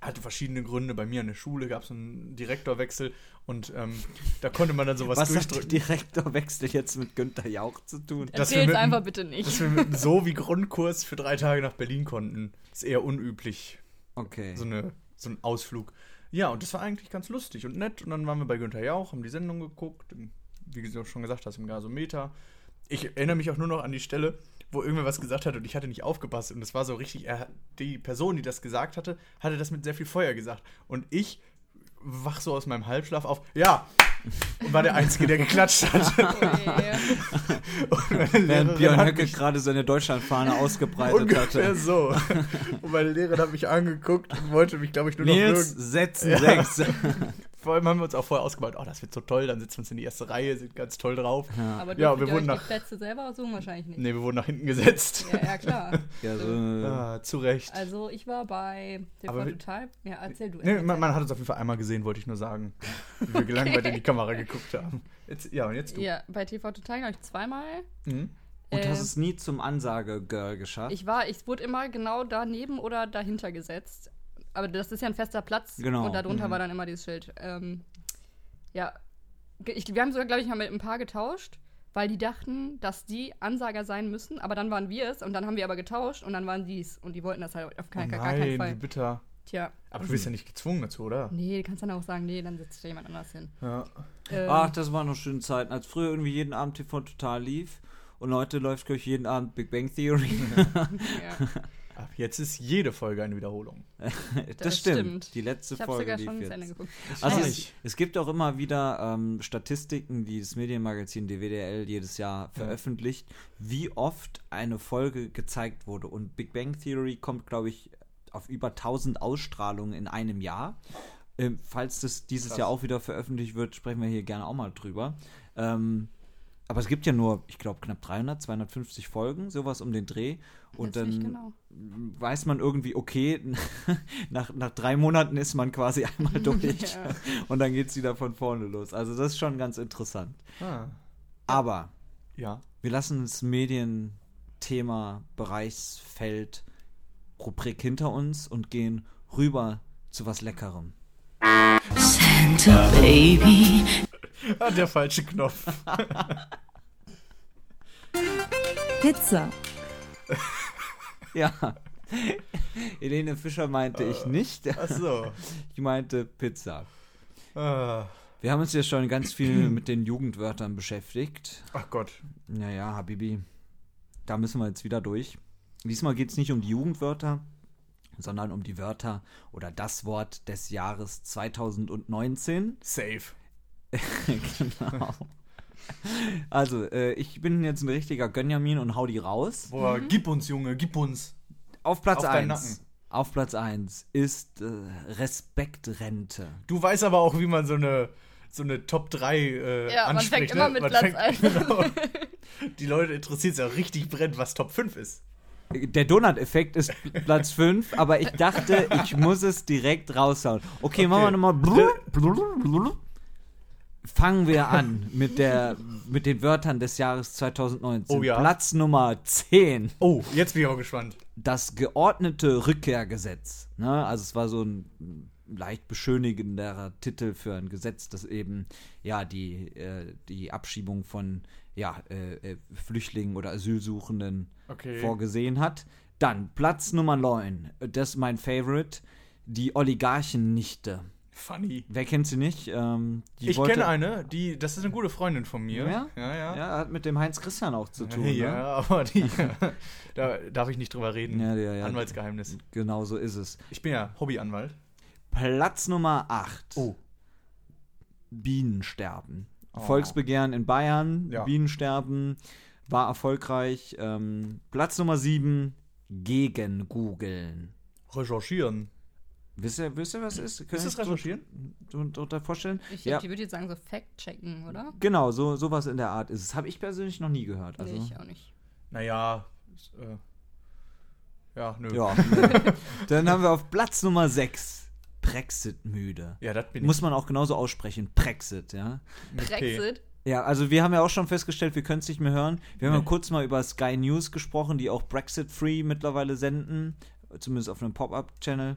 [SPEAKER 2] hatte verschiedene Gründe. Bei mir an der Schule gab es einen Direktorwechsel und ähm, da konnte man dann sowas
[SPEAKER 1] Was hat der
[SPEAKER 2] durchdrücken.
[SPEAKER 1] Direktorwechsel jetzt mit Günther Jauch zu tun?
[SPEAKER 2] Dass wir
[SPEAKER 5] Erzähl's
[SPEAKER 2] mit-
[SPEAKER 5] einfach bitte nicht.
[SPEAKER 2] Dass wir mit einem so wie Grundkurs für drei Tage nach Berlin konnten. Ist eher unüblich,
[SPEAKER 1] Okay.
[SPEAKER 2] so, eine, so ein Ausflug. Ja, und das war eigentlich ganz lustig und nett. Und dann waren wir bei Günther Jauch, haben die Sendung geguckt, im, wie du schon gesagt hast, im Gasometer. Ich erinnere mich auch nur noch an die Stelle, wo irgendwer was gesagt hat und ich hatte nicht aufgepasst. Und es war so richtig, er, die Person, die das gesagt hatte, hatte das mit sehr viel Feuer gesagt. Und ich wach so aus meinem Halbschlaf auf, ja! Und war der Einzige, der geklatscht hat.
[SPEAKER 5] Okay.
[SPEAKER 2] Und meine Lehrerin
[SPEAKER 1] Während Björn
[SPEAKER 2] hat
[SPEAKER 1] Höcke
[SPEAKER 2] mich-
[SPEAKER 1] gerade seine Deutschlandfahne ausgebreitet
[SPEAKER 2] Ungefähr
[SPEAKER 1] hatte.
[SPEAKER 2] so. Und meine Lehrerin hat mich angeguckt und wollte mich, glaube ich, nur noch
[SPEAKER 1] Nils,
[SPEAKER 2] mögen.
[SPEAKER 1] setzen
[SPEAKER 2] Ja.
[SPEAKER 1] sechs.
[SPEAKER 2] Vor allem haben wir uns auch vorher ausgemalt, oh, das wird so toll, dann setzen wir uns in die erste Reihe, sind ganz toll drauf.
[SPEAKER 5] Aber
[SPEAKER 2] Ja,
[SPEAKER 5] ja,
[SPEAKER 2] wir wurden
[SPEAKER 5] wir wurden
[SPEAKER 2] nach-
[SPEAKER 5] die Plätze selber aussuchen wahrscheinlich nicht.
[SPEAKER 2] Ne, wir wurden nach hinten gesetzt.
[SPEAKER 5] Ja, ja, klar.
[SPEAKER 1] Ja, so, äh,
[SPEAKER 2] Ah, zu Recht.
[SPEAKER 5] Also äh, ich war bei TV
[SPEAKER 2] Aber wir-
[SPEAKER 5] Total. Ja, erzähl du.
[SPEAKER 2] Nee,
[SPEAKER 5] erst.
[SPEAKER 2] man, man hat uns auf jeden Fall einmal gesehen, wollte ich nur sagen. Wie wir gelangweilt in die Kamera geguckt haben. Jetzt, ja, und jetzt du.
[SPEAKER 5] ja, bei TV Total glaube ich zweimal.
[SPEAKER 2] Mhm.
[SPEAKER 1] und hast
[SPEAKER 5] Äh,
[SPEAKER 1] es nie zum Ansage-Girl geschafft.
[SPEAKER 5] Ich war, ich wurde immer genau daneben oder dahinter gesetzt. Aber das ist ja ein fester Platz.
[SPEAKER 1] Genau.
[SPEAKER 5] Und darunter
[SPEAKER 2] Mhm.
[SPEAKER 5] war dann immer dieses Schild. Ähm, ja, Ge- ich, wir haben sogar, glaube ich, mal mit ein paar getauscht, weil die dachten, dass die Ansager sein müssen. Aber dann waren wir es und dann haben wir aber getauscht und dann waren die's. Und die wollten das halt auf
[SPEAKER 2] Oh
[SPEAKER 5] keinen, gar keinen
[SPEAKER 2] nein, wie
[SPEAKER 5] Fall. Mhm.
[SPEAKER 2] bitter.
[SPEAKER 5] Tja,
[SPEAKER 2] Aber du bist ja nicht gezwungen dazu, oder?
[SPEAKER 5] nee, du kannst dann auch sagen, nee, dann setzt sich da jemand anders hin.
[SPEAKER 2] Ja.
[SPEAKER 5] Ähm,
[SPEAKER 1] Ach, das waren noch schöne Zeiten, als früher irgendwie jeden Abend TV total lief. Und heute läuft, glaube ich, jeden Abend Big Bang Theory.
[SPEAKER 5] ja.
[SPEAKER 2] Ab jetzt ist jede Folge eine Wiederholung.
[SPEAKER 1] Das,
[SPEAKER 5] Das
[SPEAKER 1] stimmt.
[SPEAKER 5] stimmt.
[SPEAKER 1] Die letzte
[SPEAKER 5] Ich habe
[SPEAKER 1] Folge
[SPEAKER 5] sogar
[SPEAKER 1] lief
[SPEAKER 5] schon
[SPEAKER 1] jetzt.
[SPEAKER 5] zu Ende geguckt.
[SPEAKER 1] Also
[SPEAKER 5] Naja.
[SPEAKER 1] es, es gibt auch immer wieder ähm, Statistiken, die das Medienmagazin DWDL jedes Jahr veröffentlicht, wie oft eine Folge gezeigt wurde. Und Big Bang Theory kommt, glaube ich, auf über 1000 Ausstrahlungen in einem Jahr. Ähm, falls das dieses Jahr auch wieder veröffentlicht wird, sprechen wir hier gerne auch mal drüber. Ähm, aber es gibt ja nur, ich glaube, knapp 300, 250 Folgen, sowas um den Dreh. Und
[SPEAKER 5] Jetzt
[SPEAKER 1] dann
[SPEAKER 5] nicht genau.
[SPEAKER 1] weiß man irgendwie, okay, nach, nach drei Monaten ist man quasi einmal durch.
[SPEAKER 5] Ja.
[SPEAKER 1] Und dann geht es wieder von vorne los. Also das ist schon ganz interessant.
[SPEAKER 2] Ah.
[SPEAKER 1] Aber
[SPEAKER 2] Ja.
[SPEAKER 1] wir lassen das Medienthema, Bereichsfeld, Rubrik hinter uns und gehen rüber zu was Leckerem.
[SPEAKER 6] Santa baby,
[SPEAKER 2] Ah, der falsche Knopf.
[SPEAKER 4] Pizza.
[SPEAKER 1] Ja. Helene Fischer meinte ich nicht.
[SPEAKER 2] Ach so.
[SPEAKER 1] Ich meinte Pizza.
[SPEAKER 2] Ah.
[SPEAKER 1] Wir haben uns ja schon ganz viel mit den Jugendwörtern beschäftigt.
[SPEAKER 2] Ach Gott.
[SPEAKER 1] Naja, Habibi, da müssen wir jetzt wieder durch. Diesmal geht es nicht um die Jugendwörter, sondern um die Wörter oder das Wort des Jahres 2019.
[SPEAKER 2] Safe.
[SPEAKER 1] genau. Also, äh, ich bin jetzt ein richtiger Gönjamin und hau die raus.
[SPEAKER 2] Boah,
[SPEAKER 5] Mhm.
[SPEAKER 2] gib uns, Junge, gib uns.
[SPEAKER 1] Auf Platz
[SPEAKER 2] Auf deinen
[SPEAKER 1] 1. Auf Platz 1 ist äh, Respektrente.
[SPEAKER 2] Du weißt aber auch, wie man so eine, so eine Top 3 äh,
[SPEAKER 5] Ja, man fängt
[SPEAKER 2] anspricht.
[SPEAKER 5] immer
[SPEAKER 2] ne?
[SPEAKER 5] mit
[SPEAKER 2] Man
[SPEAKER 5] Platz
[SPEAKER 2] fängt-
[SPEAKER 5] 1.
[SPEAKER 2] Genau. Die Leute interessiert es ja richtig brennend, was Top 5 ist.
[SPEAKER 1] Der Donut-Effekt ist Platz 5, aber ich dachte, ich muss es direkt raushauen. Okay, machen wir
[SPEAKER 2] Okay.
[SPEAKER 1] nochmal. blub, blub, blub. Fangen wir an mit, der, mit den Wörtern des Jahres 2019.
[SPEAKER 2] Oh ja.
[SPEAKER 1] Platz Nummer 10.
[SPEAKER 2] Oh, jetzt bin ich auch gespannt.
[SPEAKER 1] Das geordnete Rückkehrgesetz. Ne? Also es war so ein leicht beschönigenderer Titel für ein Gesetz, das eben ja die, äh, die Abschiebung von ja, äh, äh, Flüchtlingen oder Asylsuchenden
[SPEAKER 2] Okay.
[SPEAKER 1] vorgesehen hat. Dann Platz Nummer 9, das ist mein Favorite, die Oligarchennichte.
[SPEAKER 2] Funny.
[SPEAKER 1] Wer kennt sie nicht? Ähm, die
[SPEAKER 2] ich
[SPEAKER 1] wollte-
[SPEAKER 2] kenne eine, die, das ist eine gute Freundin von mir.
[SPEAKER 1] Ja?
[SPEAKER 2] ja, ja.
[SPEAKER 1] Ja, hat mit dem Heinz Christian auch zu tun.
[SPEAKER 2] ja,
[SPEAKER 1] Ne?
[SPEAKER 2] aber die, da darf ich nicht drüber reden.
[SPEAKER 1] Ja, ja, ja.
[SPEAKER 2] Anwaltsgeheimnis.
[SPEAKER 1] Genau so ist es.
[SPEAKER 2] Ich bin ja Hobbyanwalt.
[SPEAKER 1] Platz Nummer 8.
[SPEAKER 2] Oh.
[SPEAKER 1] Bienen sterben.
[SPEAKER 2] Oh.
[SPEAKER 1] Volksbegehren in Bayern,
[SPEAKER 2] Ja.
[SPEAKER 1] Bienen sterben, war erfolgreich. Ähm, Platz Nummer 7. Gegen googeln.
[SPEAKER 2] Recherchieren.
[SPEAKER 1] Wisst ihr, wisst ihr, was ist? Könnt
[SPEAKER 2] Ist
[SPEAKER 1] ihr
[SPEAKER 2] das
[SPEAKER 1] euch so-
[SPEAKER 2] recherchieren?
[SPEAKER 1] so- so- da vorstellen?
[SPEAKER 5] Ich,
[SPEAKER 1] ja,
[SPEAKER 5] ich würde jetzt sagen, so Fact-checken, oder?
[SPEAKER 1] genau, so sowas in der Art ist es. Habe ich persönlich noch nie gehört. Also,
[SPEAKER 5] nee, ich auch nicht.
[SPEAKER 2] Naja, ist, äh, ja, nö.
[SPEAKER 1] ja. Dann haben wir auf Platz Nummer 6 Brexit müde.
[SPEAKER 2] Ja, das bin
[SPEAKER 1] Muss man auch genauso aussprechen, Brexit, ja.
[SPEAKER 2] ich. mit P.
[SPEAKER 5] Brexit?
[SPEAKER 1] Ja, also wir haben ja auch schon festgestellt, wir können es nicht mehr hören. Wir haben
[SPEAKER 2] Nee.
[SPEAKER 1] ja kurz mal über Sky News gesprochen, die auch Brexit-Free mittlerweile senden, zumindest auf einem Pop-Up-Channel.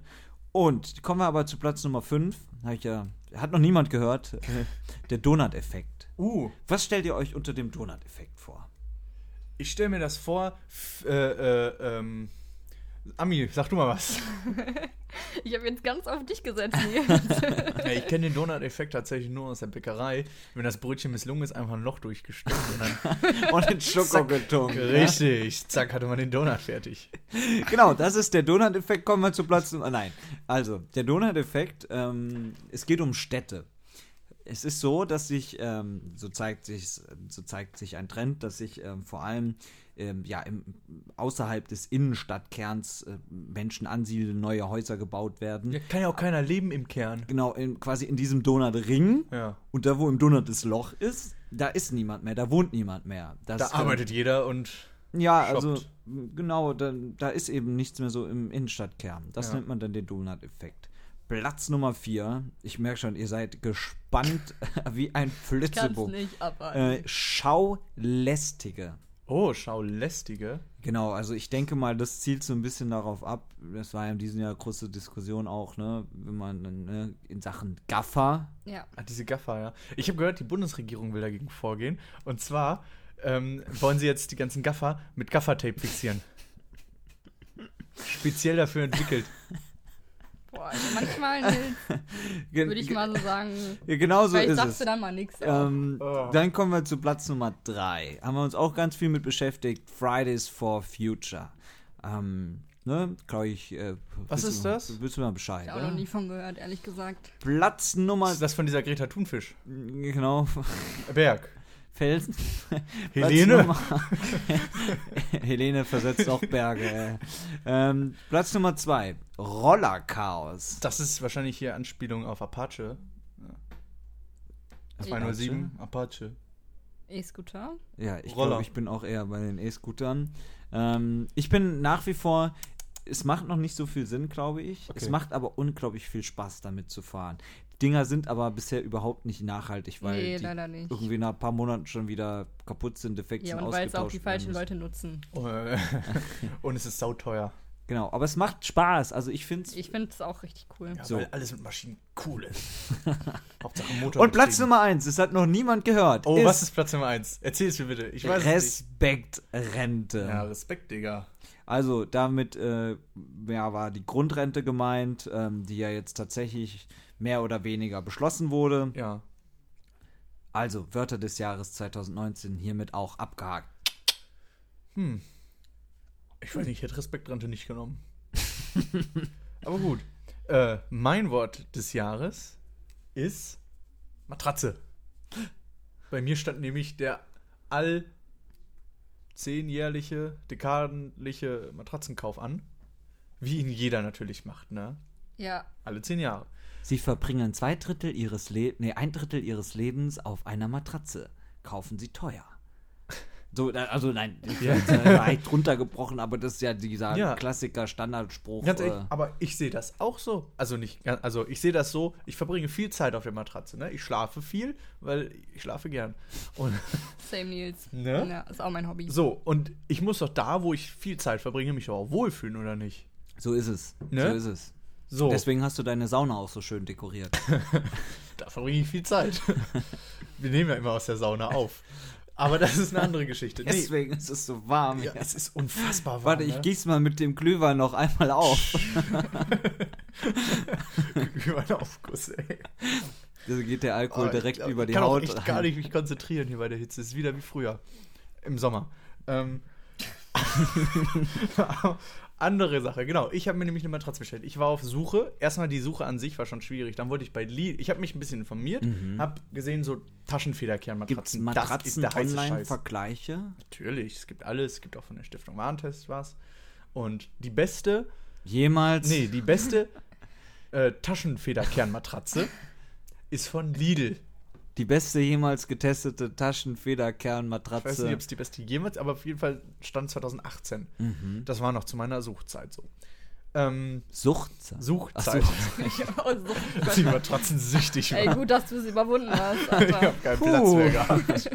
[SPEAKER 1] Und kommen wir aber zu Platz Nummer 5, habe ich ja, hat noch niemand gehört, äh, der Donut-Effekt.
[SPEAKER 2] Uh,
[SPEAKER 1] Was stellt ihr euch unter dem Donut-Effekt vor?
[SPEAKER 2] ich stelle mir das vor, f- äh, äh, ähm, Ami, sag du mal was.
[SPEAKER 5] Ich habe jetzt ganz auf dich gesetzt, Nils.
[SPEAKER 2] Ja, ich kenne den Donut-Effekt tatsächlich nur aus der Bäckerei. Wenn das Brötchen misslungen ist, einfach ein Loch durchgestochen und dann
[SPEAKER 1] Und den Schoko getunkt. ja?
[SPEAKER 2] richtig, zack, hatte man den Donut fertig.
[SPEAKER 1] Genau, das ist der Donut-Effekt. Kommen wir zu Platz Nummer. Nein, also der Donut-Effekt. Ähm, es geht um Städte. Es ist so, dass sich ähm, so zeigt sich so zeigt sich ein Trend, dass sich ähm, vor allem ähm, ja im, außerhalb des Innenstadtkerns äh, Menschen ansiedeln, neue Häuser gebaut werden.
[SPEAKER 2] Ja, kann ja auch keiner leben im Kern.
[SPEAKER 1] Genau, in, quasi in diesem Donut-Ring.
[SPEAKER 2] Ja.
[SPEAKER 1] Und da, wo im Donut das Loch ist, da ist niemand mehr, da wohnt niemand mehr. Das,
[SPEAKER 2] Da
[SPEAKER 1] ähm,
[SPEAKER 2] arbeitet jeder und
[SPEAKER 1] ja,
[SPEAKER 2] shoppt.
[SPEAKER 1] also m, genau, da, da ist eben nichts mehr so im Innenstadtkern. Das
[SPEAKER 2] Ja.
[SPEAKER 1] nennt man dann den Donut-Effekt. Platz Nummer 4. Ich merke schon, ihr seid gespannt wie ein
[SPEAKER 5] Ich kann es
[SPEAKER 1] Flitzebogen.
[SPEAKER 5] nicht, aber.
[SPEAKER 1] Äh, Schaulästige.
[SPEAKER 2] Oh, schaulästige.
[SPEAKER 1] Genau, also ich denke mal, das zielt so ein bisschen darauf ab. Das war ja in diesem Jahr große Diskussion auch, ne, wenn man ne, in Sachen Gaffer.
[SPEAKER 5] Ja.
[SPEAKER 2] Ah, diese Gaffer, ja. Ich habe gehört, die Bundesregierung will dagegen vorgehen. Und zwar ähm, wollen sie jetzt die ganzen Gaffer mit Gaffertape fixieren. Speziell dafür entwickelt.
[SPEAKER 5] Boah, also manchmal Nils,
[SPEAKER 1] Ge-
[SPEAKER 5] würde ich mal so sagen.
[SPEAKER 1] ge- Genau so
[SPEAKER 5] Vielleicht
[SPEAKER 1] ist
[SPEAKER 5] sagst
[SPEAKER 1] es.
[SPEAKER 5] du dann mal nichts.
[SPEAKER 1] Ähm,
[SPEAKER 2] Oh.
[SPEAKER 1] Dann kommen wir zu Platz Nummer 3. Haben wir uns auch ganz viel mit beschäftigt. Fridays for Future. Ähm, ne, glaube ich. Äh,
[SPEAKER 2] Was
[SPEAKER 1] wissen
[SPEAKER 2] ist
[SPEAKER 1] wir-
[SPEAKER 2] das?
[SPEAKER 1] Wissen wir Bescheid.
[SPEAKER 5] Ich habe auch
[SPEAKER 1] ja?
[SPEAKER 5] noch nie von gehört, ehrlich gesagt.
[SPEAKER 1] Platz Nummer.
[SPEAKER 2] Was ist das von dieser Greta Thunfisch?
[SPEAKER 1] Genau.
[SPEAKER 2] Berg.
[SPEAKER 1] Felsen.
[SPEAKER 2] Helene?
[SPEAKER 1] Platz Nummer- Helene versetzt auch Berge. äh. ähm, Platz Nummer 2. Rollerchaos.
[SPEAKER 2] Das ist wahrscheinlich hier Anspielung auf Apache.
[SPEAKER 5] Ich-
[SPEAKER 2] 207 Apache.
[SPEAKER 5] E-Scooter?
[SPEAKER 1] Ja, ich
[SPEAKER 2] Roller.
[SPEAKER 1] glaube, ich bin auch eher bei den E-Scootern. Ähm, ich bin nach wie vor, es macht noch nicht so viel Sinn, glaube ich. Es
[SPEAKER 2] Okay.
[SPEAKER 1] macht aber unglaublich viel Spaß, damit zu fahren. Die Dinger sind aber bisher überhaupt nicht nachhaltig, weil
[SPEAKER 5] Nee,
[SPEAKER 1] die
[SPEAKER 5] leider nicht.
[SPEAKER 1] irgendwie nach ein paar Monaten schon wieder kaputt sind, defekt
[SPEAKER 5] Ja,
[SPEAKER 1] sind,
[SPEAKER 5] und weil es auch die
[SPEAKER 1] ausgetauscht werden
[SPEAKER 5] falschen
[SPEAKER 1] müssen.
[SPEAKER 5] Leute nutzen.
[SPEAKER 2] Oh, äh, Und es ist sauteuer.
[SPEAKER 1] Genau, aber es macht Spaß. Also ich finde es.
[SPEAKER 5] Ich finde es auch richtig cool.
[SPEAKER 2] Ja,
[SPEAKER 1] So.
[SPEAKER 2] weil alles mit Maschinen cool ist. Hauptsache Motor.
[SPEAKER 1] Und Platz
[SPEAKER 2] betrieben.
[SPEAKER 1] Nummer eins, es hat noch niemand gehört.
[SPEAKER 2] Oh, was ist Platz Nummer 1? Erzähl es mir bitte. Ich weiß es nicht.
[SPEAKER 1] Respektrente.
[SPEAKER 2] Ja, Respekt, Digga.
[SPEAKER 1] Also damit äh, ja, war die Grundrente gemeint, ähm, die ja jetzt tatsächlich mehr oder weniger beschlossen wurde.
[SPEAKER 2] Ja.
[SPEAKER 1] Also Wörter des Jahres 2019 hiermit auch abgehakt.
[SPEAKER 2] Ich weiß nicht, ich hätte Respektrente nicht genommen. Aber gut. Äh, mein Wort des Jahres ist Matratze. Bei mir stand nämlich der all zehnjährliche, dekadenliche Matratzenkauf an. Wie ihn jeder natürlich macht, ne?
[SPEAKER 5] Ja,
[SPEAKER 2] Alle zehn Jahre.
[SPEAKER 1] Sie verbringen zwei Drittel ihres Le nee, ein Drittel ihres Lebens auf einer Matratze. Kaufen Sie teuer. So, da- also nein, ich ja. leicht runtergebrochen, aber das ist ja dieser
[SPEAKER 2] Ja.
[SPEAKER 1] Klassiker Standardspruch.
[SPEAKER 2] Ganz ehrlich,
[SPEAKER 1] äh,
[SPEAKER 2] aber ich sehe das auch so. Also nicht, ga- also ich sehe das so, ich verbringe viel Zeit auf der Matratze, ne? Ich schlafe viel, weil ich schlafe gern. Und
[SPEAKER 5] same Nils.
[SPEAKER 2] Ne?
[SPEAKER 5] Ja, ist auch mein Hobby.
[SPEAKER 2] So, und ich muss doch da, wo ich viel Zeit verbringe, mich doch auch wohlfühlen, oder nicht?
[SPEAKER 1] so ist es.
[SPEAKER 2] Ne?
[SPEAKER 1] So ist es.
[SPEAKER 2] So,
[SPEAKER 1] Deswegen hast du deine Sauna auch so schön dekoriert.
[SPEAKER 2] da verbringe ich viel Zeit. Wir nehmen ja immer aus der Sauna auf. Aber das ist eine andere Geschichte. Nee,
[SPEAKER 1] Deswegen ist es so warm.
[SPEAKER 2] ja, es ist unfassbar warm. ne?
[SPEAKER 1] Warte, ich gieß mal mit dem Glühwein noch einmal auf.
[SPEAKER 2] über den Aufguss, ey.
[SPEAKER 1] Da geht der Alkohol
[SPEAKER 2] Ah,
[SPEAKER 1] direkt
[SPEAKER 2] ich, glaub,
[SPEAKER 1] über die
[SPEAKER 2] ich kann
[SPEAKER 1] Haut.
[SPEAKER 2] Auch echt gar nicht mich konzentrieren hier bei der Hitze. Es ist wieder wie früher. Im Sommer. Ähm. Andere Sache, genau. Ich habe mir nämlich eine Matratze bestellt. Ich war auf Suche. Erstmal die Suche an sich war schon schwierig. Dann wollte ich bei Lidl. Ich habe mich ein bisschen informiert, habe gesehen, so
[SPEAKER 1] Gibt es
[SPEAKER 2] Taschenfederkernmatratzen. das ist
[SPEAKER 1] Mhm. Matratzen
[SPEAKER 2] der heiße Scheiß.
[SPEAKER 1] Online-Vergleiche?
[SPEAKER 2] Natürlich, es gibt alles. Es gibt auch von der Stiftung Warentest was. Und die beste
[SPEAKER 1] Jemals?
[SPEAKER 2] Nee, die beste äh, Taschenfederkernmatratze ist von Lidl.
[SPEAKER 1] Die beste jemals getestete
[SPEAKER 2] Ich weiß nicht,
[SPEAKER 1] Taschenfederkernmatratze.
[SPEAKER 2] ob es die beste jemals, aber auf jeden Fall stand 2018.
[SPEAKER 1] Mhm.
[SPEAKER 2] Das war noch zu meiner Suchtzeit so. Ähm,
[SPEAKER 1] Sucht.
[SPEAKER 2] Suchtzeit.
[SPEAKER 5] Oh, so.
[SPEAKER 2] Als ich Matratzen süchtig war.
[SPEAKER 5] Ey, gut, dass du sie überwunden hast.
[SPEAKER 2] ich
[SPEAKER 5] Alter.
[SPEAKER 2] hab keinen Platz mehr gehabt.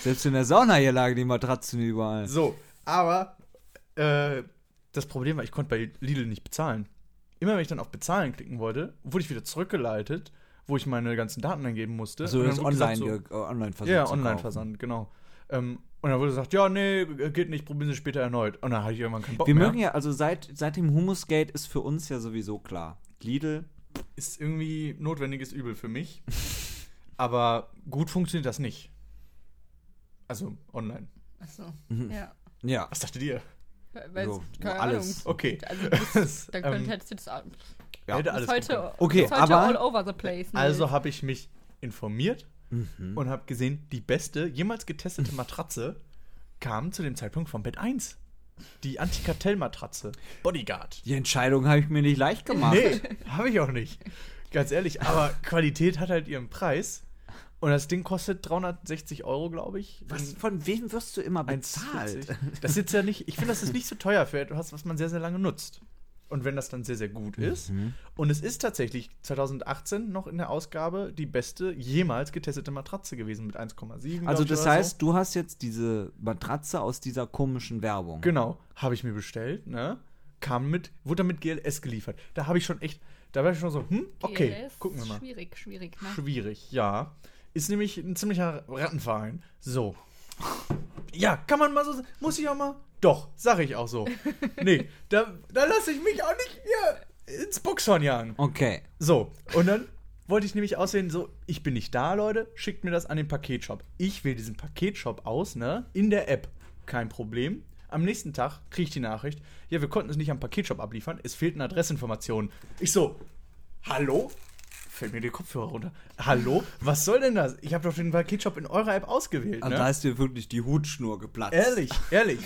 [SPEAKER 1] Selbst in der Sauna hier lagen die Matratzen überall.
[SPEAKER 2] So, aber äh, das Problem war, ich konnte bei Lidl nicht bezahlen. Immer wenn ich dann auf Bezahlen klicken wollte, wurde ich wieder zurückgeleitet, wo ich meine ganzen Daten eingeben musste.
[SPEAKER 1] So
[SPEAKER 2] Und dann
[SPEAKER 1] ist
[SPEAKER 2] wurde gesagt,
[SPEAKER 1] Also online,
[SPEAKER 2] so,
[SPEAKER 1] ge- äh, Online-Versand.
[SPEAKER 2] Ja,
[SPEAKER 1] zu kaufen.
[SPEAKER 2] Online-Versand, genau. Ähm, und dann wurde gesagt, ja, nee, geht nicht, probieren Sie später erneut. Und dann hatte ich irgendwann keinen Bock
[SPEAKER 1] Wir
[SPEAKER 2] mehr.
[SPEAKER 1] mögen ja, also seit, seit dem Humusgate ist für uns ja sowieso klar. Lidl,
[SPEAKER 2] Ist irgendwie notwendiges Übel für mich. Aber gut funktioniert das nicht. Also online.
[SPEAKER 5] Achso,
[SPEAKER 2] Mhm.
[SPEAKER 5] ja.
[SPEAKER 1] ja.
[SPEAKER 2] Was dachtet ihr?
[SPEAKER 5] Weil
[SPEAKER 1] So,
[SPEAKER 5] es- keine
[SPEAKER 1] alles.
[SPEAKER 5] Ahnung.
[SPEAKER 2] Okay.
[SPEAKER 5] Also, das, dann könnt,
[SPEAKER 2] Ähm,
[SPEAKER 5] hättest du das, das
[SPEAKER 1] Ja.
[SPEAKER 2] Hätte alles geklappt.
[SPEAKER 5] heute,
[SPEAKER 1] Okay,
[SPEAKER 5] das heute
[SPEAKER 1] aber-
[SPEAKER 5] all over the place. ne?
[SPEAKER 2] Also habe ich mich informiert und habe gesehen, die beste jemals getestete Matratze kam zu dem Zeitpunkt vom Bett 1. Die Antikartellmatratze. Bodyguard.
[SPEAKER 1] Die Entscheidung habe ich mir nicht leicht gemacht.
[SPEAKER 2] Nee, habe ich auch nicht. Ganz ehrlich, aber Qualität hat halt ihren Preis. Und das Ding kostet 360 Euro, glaube ich.
[SPEAKER 1] Was,
[SPEAKER 2] In
[SPEAKER 1] von wem wirst du immer
[SPEAKER 2] 1,40.
[SPEAKER 1] bezahlt?
[SPEAKER 2] Das ist ja nicht, ich finde, das ist nicht so teuer für etwas, was man sehr, sehr lange nutzt. Und wenn das dann sehr, sehr gut ist.
[SPEAKER 1] Mhm.
[SPEAKER 2] Und es ist tatsächlich 2018 noch in der Ausgabe die beste jemals getestete Matratze gewesen mit 1,7.
[SPEAKER 1] Also
[SPEAKER 2] glaub ich,
[SPEAKER 1] das
[SPEAKER 2] oder
[SPEAKER 1] heißt, du hast jetzt diese Matratze aus dieser komischen Werbung.
[SPEAKER 2] Genau, habe ich mir bestellt, ne? Kam mit, wurde dann mit GLS geliefert. Da habe ich schon echt, da war ich schon so, hm, okay,
[SPEAKER 5] GLS,
[SPEAKER 2] gucken wir mal.
[SPEAKER 5] Schwierig, schwierig. Ne?
[SPEAKER 2] Schwierig, ja. Ist nämlich ein ziemlicher Rattenverein. So. Ja, kann man mal so Muss ich auch mal? Doch, sage ich auch so. Nee, da, da lasse ich mich auch nicht hier ins Buchshorn jagen.
[SPEAKER 1] Okay.
[SPEAKER 2] So, und dann wollte ich nämlich aussehen, so, ich bin nicht da, Leute, schickt mir das an den Paketshop. Ich wähle diesen Paketshop aus, ne, in der App. Kein Problem. Am nächsten Tag kriege ich die Nachricht, ja, wir konnten es nicht am Paketshop abliefern, es fehlten Adressinformationen. Ich so, hallo? Fällt mir die Kopfhörer runter. Hallo? Was soll denn das? Ich habe doch den Paketshop in eurer App ausgewählt,
[SPEAKER 1] Also
[SPEAKER 2] ne?
[SPEAKER 1] da ist dir wirklich die Hutschnur geplatzt.
[SPEAKER 2] ehrlich, ehrlich.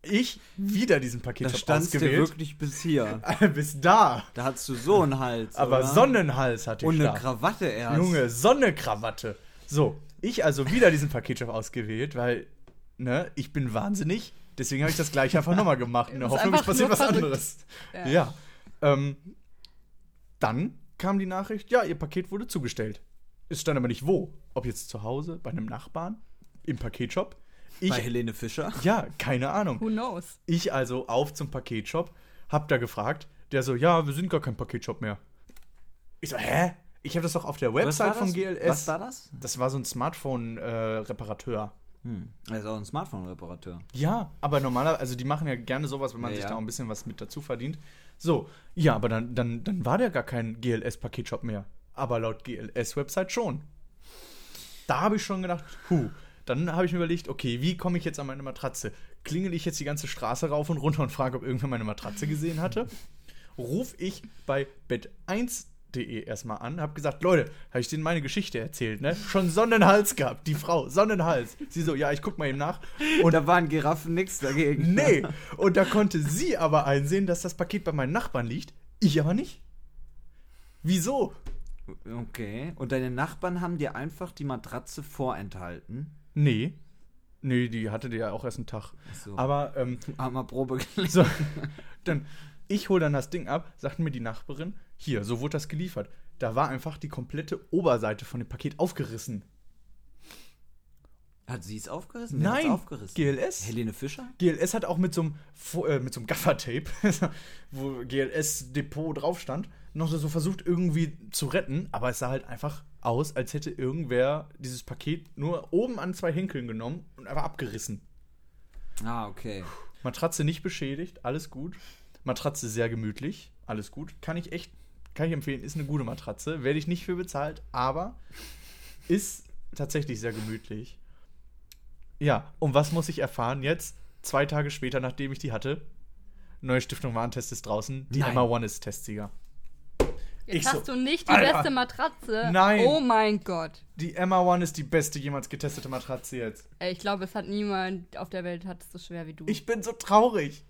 [SPEAKER 2] Ich wieder diesen
[SPEAKER 1] Da
[SPEAKER 2] Paketshop
[SPEAKER 1] standst du
[SPEAKER 2] ausgewählt.
[SPEAKER 1] wirklich bis hier.
[SPEAKER 2] Bis da.
[SPEAKER 1] Da hattest du so einen Hals.
[SPEAKER 2] Aber
[SPEAKER 1] oder?
[SPEAKER 2] Sonnenhals hatte ich
[SPEAKER 1] Und eine
[SPEAKER 2] da.
[SPEAKER 1] Krawatte erst.
[SPEAKER 2] Junge, Sonnekrawatte. So, ich also wieder diesen Paketchef ausgewählt, weil, ne, ich bin wahnsinnig. Deswegen habe ich das gleiche einfach nochmal gemacht. In der
[SPEAKER 5] Ist
[SPEAKER 2] Hoffnung, es
[SPEAKER 5] einfach
[SPEAKER 2] passiert
[SPEAKER 5] nur
[SPEAKER 2] was
[SPEAKER 5] verrückt.
[SPEAKER 2] anderes. Ja. Ähm, dann kam die Nachricht, ja, ihr Paket wurde zugestellt. Es stand aber nicht wo. Ob jetzt zu Hause, bei einem Nachbarn, im Paketshop. Ich,
[SPEAKER 1] Bei Helene Fischer.
[SPEAKER 2] ja, keine Ahnung.
[SPEAKER 5] Who knows?
[SPEAKER 2] Ich also auf zum Paketshop, hab da gefragt, der so, ja, wir sind gar kein Paketshop mehr. Ich so, hä? Ich habe das doch auf der Website von GLS.
[SPEAKER 1] Was war das?
[SPEAKER 2] Das war so ein äh, Smartphone-Reparateur.
[SPEAKER 1] Er ist auch ein Smartphone-Reparateur.
[SPEAKER 2] ja, aber normalerweise, also die machen ja gerne sowas, wenn man
[SPEAKER 1] Ja,
[SPEAKER 2] sich
[SPEAKER 1] ja.
[SPEAKER 2] da auch ein bisschen was mit dazu verdient. So, ja, aber dann, dann, dann war der gar kein GLS-Paketshop mehr. Aber laut GLS-Website schon. Da habe ich schon gedacht, huh. Dann habe ich mir überlegt, okay, wie komme ich jetzt an meine Matratze? Klingel ich jetzt die ganze Straße rauf und runter und frage, ob irgendwer meine Matratze gesehen hatte? Ruf ich bei bett1.de erstmal an, habe gesagt, Leute, habe ich denen meine Geschichte erzählt, ne? Schon Sonnenhals gehabt, die Frau, Sonnenhals. Sie so, ja, ich guck mal eben nach.
[SPEAKER 1] Und da waren Giraffen nichts dagegen.
[SPEAKER 2] Nee, und da konnte sie aber einsehen, dass das Paket bei meinen Nachbarn liegt, ich aber nicht. Wieso?
[SPEAKER 1] Okay. Und deine Nachbarn haben dir einfach die Matratze vorenthalten.
[SPEAKER 2] Nee. Nee, die hatte die ja auch erst einen Tag.
[SPEAKER 1] so.
[SPEAKER 2] Aber ähm,
[SPEAKER 1] Haben wir Probe gelegt.
[SPEAKER 2] So, dann, ich hole dann das Ding ab, sagt mir die Nachbarin, hier, so wurde das geliefert. Da war einfach die komplette Oberseite von dem Paket aufgerissen.
[SPEAKER 1] Hat sie es aufgerissen? Wer
[SPEAKER 2] Nein,
[SPEAKER 1] hat's aufgerissen?
[SPEAKER 2] GLS.
[SPEAKER 1] Helene Fischer?
[SPEAKER 2] GLS hat auch mit so einem, Fo- äh, mit so einem Gaffertape, wo GLS-Depot drauf stand, noch so versucht irgendwie zu retten, aber es sah halt einfach aus, als hätte irgendwer dieses Paket nur oben an zwei Henkeln genommen und einfach abgerissen.
[SPEAKER 1] Ah, okay.
[SPEAKER 2] Matratze nicht beschädigt, alles gut. Matratze sehr gemütlich, alles gut. Kann ich echt, kann ich empfehlen, ist eine gute Matratze. Werde ich nicht für bezahlt, aber ist tatsächlich sehr gemütlich. Ja, und was muss ich erfahren jetzt? Zwei Tage später, nachdem ich die hatte, neue Stiftung Warentest ist draußen, die
[SPEAKER 1] Nein.
[SPEAKER 2] Emma One ist Testsieger.
[SPEAKER 5] Jetzt
[SPEAKER 2] Ich
[SPEAKER 5] hast
[SPEAKER 2] so,
[SPEAKER 5] du nicht die
[SPEAKER 2] Alter.
[SPEAKER 5] beste Matratze.
[SPEAKER 2] Nein.
[SPEAKER 5] Oh mein Gott.
[SPEAKER 2] Die Emma One ist die beste jemals getestete Matratze jetzt.
[SPEAKER 5] Ey, ich glaube, es hat niemand auf der Welt hat es so schwer wie du.
[SPEAKER 2] Ich bin so traurig.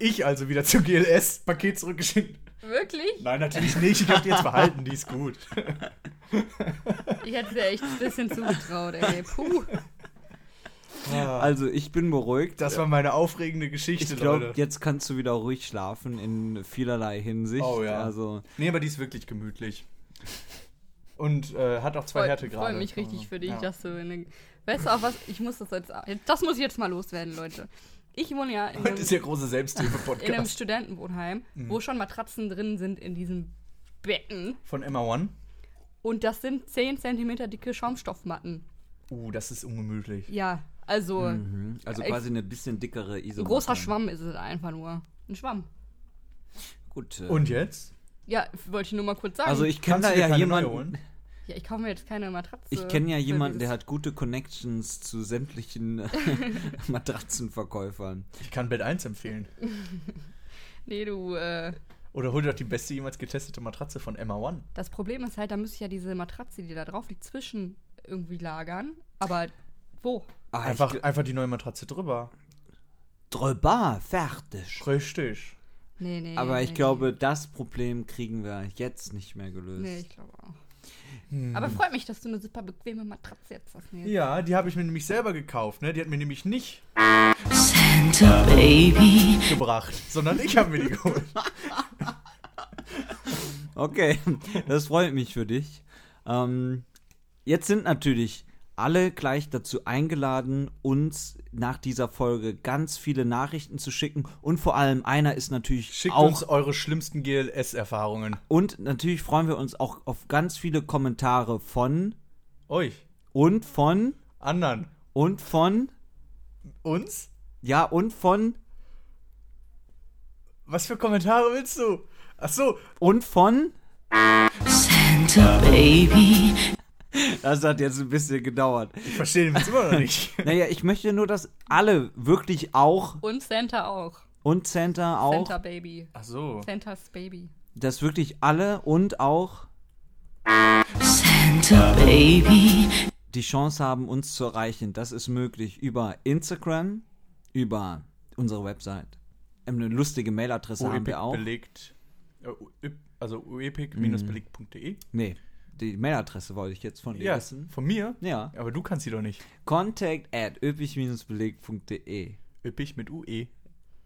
[SPEAKER 2] Ich also wieder zu GLS, Paket zurückgeschickt.
[SPEAKER 5] Wirklich?
[SPEAKER 2] Nein, natürlich nicht. Ich hab die jetzt behalten, die ist gut.
[SPEAKER 5] Ich hätte dir echt ein bisschen zugetraut, ey. Puh.
[SPEAKER 1] Also ich bin beruhigt.
[SPEAKER 2] Das war meine aufregende Geschichte,
[SPEAKER 1] ich glaube,
[SPEAKER 2] Leute.
[SPEAKER 1] jetzt kannst du wieder ruhig schlafen in vielerlei Hinsicht.
[SPEAKER 2] Oh ja.
[SPEAKER 1] Also
[SPEAKER 2] Nee, aber die ist wirklich gemütlich. Und äh, hat auch zwei
[SPEAKER 5] Freu-
[SPEAKER 2] Härte gerade.
[SPEAKER 5] freue mich richtig für dich,
[SPEAKER 2] Ja.
[SPEAKER 5] dass du in eine, Weißt du auch was? Ich muss das jetzt. Das muss ich jetzt mal loswerden, Leute. Ich wohne ja in
[SPEAKER 2] Heute
[SPEAKER 5] einem,
[SPEAKER 2] ist ja große
[SPEAKER 5] in einem
[SPEAKER 2] Selbsthilfe-Podcast.
[SPEAKER 5] Studentenwohnheim,
[SPEAKER 1] Mhm.
[SPEAKER 5] wo schon Matratzen drin sind in diesem Becken.
[SPEAKER 2] Von Emma One.
[SPEAKER 5] Und das sind 10 cm dicke Schaumstoffmatten.
[SPEAKER 2] Uh, das ist ungemütlich.
[SPEAKER 5] Ja, also
[SPEAKER 1] Mhm. Also
[SPEAKER 5] Ich-
[SPEAKER 1] quasi eine bisschen dickere ISO.
[SPEAKER 5] ein großer Schwamm ist es einfach nur. Ein Schwamm.
[SPEAKER 1] Gut. äh,
[SPEAKER 2] Und jetzt?
[SPEAKER 5] Ja, wollte ich nur mal kurz sagen.
[SPEAKER 1] also ich kenne
[SPEAKER 2] Kannst
[SPEAKER 1] da
[SPEAKER 2] du dir
[SPEAKER 1] ja
[SPEAKER 2] keine
[SPEAKER 1] jemanden.
[SPEAKER 2] neue holen?
[SPEAKER 5] ja, ich kaufe mir jetzt keine Matratze.
[SPEAKER 1] Ich kenne ja
[SPEAKER 5] für
[SPEAKER 1] jemanden, der
[SPEAKER 5] Äh, dieses-
[SPEAKER 1] hat gute Connections zu sämtlichen äh, Matratzenverkäufern.
[SPEAKER 2] Ich kann Bett 1 empfehlen.
[SPEAKER 5] Nee, du, äh,
[SPEAKER 2] Oder hol dir doch die beste jemals getestete Matratze von Emma One.
[SPEAKER 5] das Problem ist halt, da müsste ich ja diese Matratze, die da drauf liegt, zwischen irgendwie lagern. Aber wo?
[SPEAKER 1] Ah,
[SPEAKER 2] Einfach,
[SPEAKER 1] ich,
[SPEAKER 2] einfach die neue Matratze drüber.
[SPEAKER 1] drüber, fertig.
[SPEAKER 2] Richtig.
[SPEAKER 5] Nee, nee.
[SPEAKER 1] Aber ich
[SPEAKER 5] nee,
[SPEAKER 1] glaube, das Problem kriegen wir jetzt nicht mehr gelöst.
[SPEAKER 5] Nee, ich glaube auch. Aber freut mich, dass du eine super bequeme Matratze jetzt hast. Nils.
[SPEAKER 2] Ja, die habe ich mir nämlich selber gekauft. Ne? Die hat mir nämlich nicht
[SPEAKER 6] Santa baby,
[SPEAKER 2] gebracht, sondern ich habe mir die geholt.
[SPEAKER 1] Okay, das freut mich für dich. Ähm, jetzt sind natürlich alle gleich dazu eingeladen, uns nach dieser Folge ganz viele Nachrichten zu schicken. Und vor allem einer ist natürlich
[SPEAKER 2] Schickt
[SPEAKER 1] auch
[SPEAKER 2] uns eure schlimmsten GLS-Erfahrungen.
[SPEAKER 1] Und natürlich freuen wir uns auch auf ganz viele Kommentare von
[SPEAKER 2] Euch,
[SPEAKER 1] und von
[SPEAKER 2] anderen,
[SPEAKER 1] und von
[SPEAKER 2] uns?
[SPEAKER 1] ja und von
[SPEAKER 2] Was für Kommentare willst du? Ach so,
[SPEAKER 1] und von.
[SPEAKER 6] Santa baby,
[SPEAKER 1] Das hat jetzt ein bisschen gedauert.
[SPEAKER 2] ich verstehe den Witz immer noch nicht.
[SPEAKER 1] Naja, ich möchte nur, dass alle wirklich auch
[SPEAKER 5] Und Santa auch.
[SPEAKER 1] und Santa auch,
[SPEAKER 5] Santa Baby.
[SPEAKER 2] Ach so.
[SPEAKER 5] Santas Baby.
[SPEAKER 1] dass wirklich alle und auch
[SPEAKER 6] Santa baby,
[SPEAKER 1] die Chance haben, uns zu erreichen. Das ist möglich über Instagram, über unsere Website. Eine lustige Mailadresse haben wir auch.
[SPEAKER 2] Oh, belegt. äh, uep- Also uepic-belegt.de.
[SPEAKER 1] Nee, die Mailadresse wollte ich jetzt von dir
[SPEAKER 2] Ja,
[SPEAKER 1] wissen.
[SPEAKER 2] von mir?
[SPEAKER 1] Ja.
[SPEAKER 2] Aber du kannst sie doch nicht.
[SPEAKER 1] Contact at öppig-beleg.de.
[SPEAKER 2] Üppig mit UE.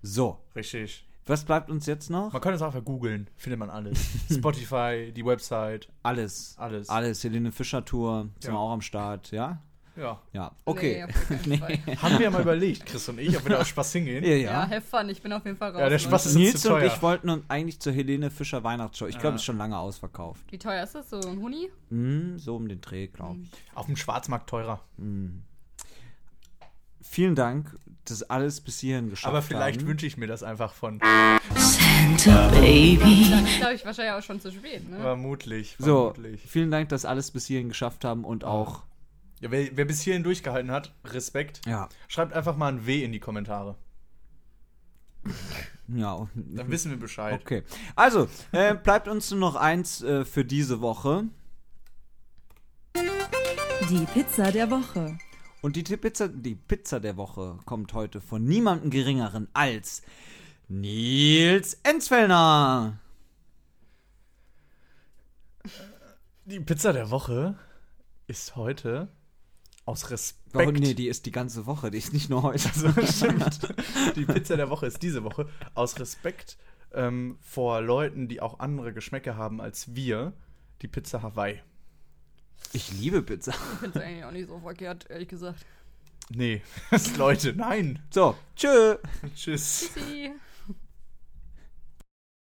[SPEAKER 1] So,
[SPEAKER 2] Richtig.
[SPEAKER 1] was bleibt uns jetzt noch?
[SPEAKER 2] Man könnte es einfach googeln, findet man alles. Spotify, die Website,
[SPEAKER 1] Alles.
[SPEAKER 2] alles.
[SPEAKER 1] Alles. Helene Fischer Tour, sind
[SPEAKER 2] Ja.
[SPEAKER 1] wir auch am Start, ja?
[SPEAKER 2] Ja.
[SPEAKER 1] Ja. Okay.
[SPEAKER 5] Nee, auf gar keinen Fall.
[SPEAKER 2] Haben wir mal überlegt, Chris und ich, ob wir da aus Spaß hingehen.
[SPEAKER 1] Ja,
[SPEAKER 5] Ja,
[SPEAKER 1] ja.
[SPEAKER 5] have fun. Ich bin auf jeden Fall raus.
[SPEAKER 2] Ja, der Spaß
[SPEAKER 5] Leute.
[SPEAKER 2] ist uns
[SPEAKER 1] Nils
[SPEAKER 2] zu
[SPEAKER 1] und
[SPEAKER 2] teuer.
[SPEAKER 1] ich wollten uns eigentlich zur Helene Fischer Weihnachtsshow. Ich glaube, es ist schon lange ausverkauft.
[SPEAKER 5] Wie teuer ist das? So ein Huni?
[SPEAKER 1] Hm, so um den Dreh, glaube ich.
[SPEAKER 2] Auf dem Schwarzmarkt teurer.
[SPEAKER 1] Vielen Dank, dass alles bis hierhin geschafft
[SPEAKER 2] Aber vielleicht
[SPEAKER 1] haben.
[SPEAKER 2] wünsche ich mir das einfach von.
[SPEAKER 6] Santa baby,
[SPEAKER 5] Dann ist, glaube ich, wahrscheinlich auch schon zu spät, ne?
[SPEAKER 2] Vermutlich.
[SPEAKER 1] So,
[SPEAKER 2] vermutlich.
[SPEAKER 1] vielen Dank, dass alles bis hierhin geschafft haben und auch.
[SPEAKER 2] Ja, wer, wer bis hierhin durchgehalten hat, Respekt.
[SPEAKER 1] Ja,
[SPEAKER 2] Schreibt einfach mal ein W in die Kommentare.
[SPEAKER 1] ja.
[SPEAKER 2] Dann wissen wir Bescheid.
[SPEAKER 1] Mhm. Okay. Also, äh, bleibt uns nur noch eins äh, für diese Woche.
[SPEAKER 4] Die Pizza der Woche.
[SPEAKER 1] Und die Ti- Pizza, die Pizza der Woche kommt heute von niemandem Geringeren als Nils Enzfellner.
[SPEAKER 2] Die Pizza der Woche ist heute aus
[SPEAKER 1] Warum?
[SPEAKER 2] Respekt.
[SPEAKER 1] Nee, die ist die ganze Woche, die ist nicht nur heute.
[SPEAKER 2] Also, stimmt. Die Pizza der Woche ist diese Woche aus Respekt ähm, vor Leuten, die auch andere Geschmäcke haben als wir. Die Pizza Hawaii.
[SPEAKER 1] Ich liebe Pizza.
[SPEAKER 5] Ich finde es eigentlich auch nicht so verkehrt, ehrlich gesagt.
[SPEAKER 2] Nee, Leute, nein.
[SPEAKER 1] So, tschö.
[SPEAKER 2] Tschüss.
[SPEAKER 5] Tschüssi.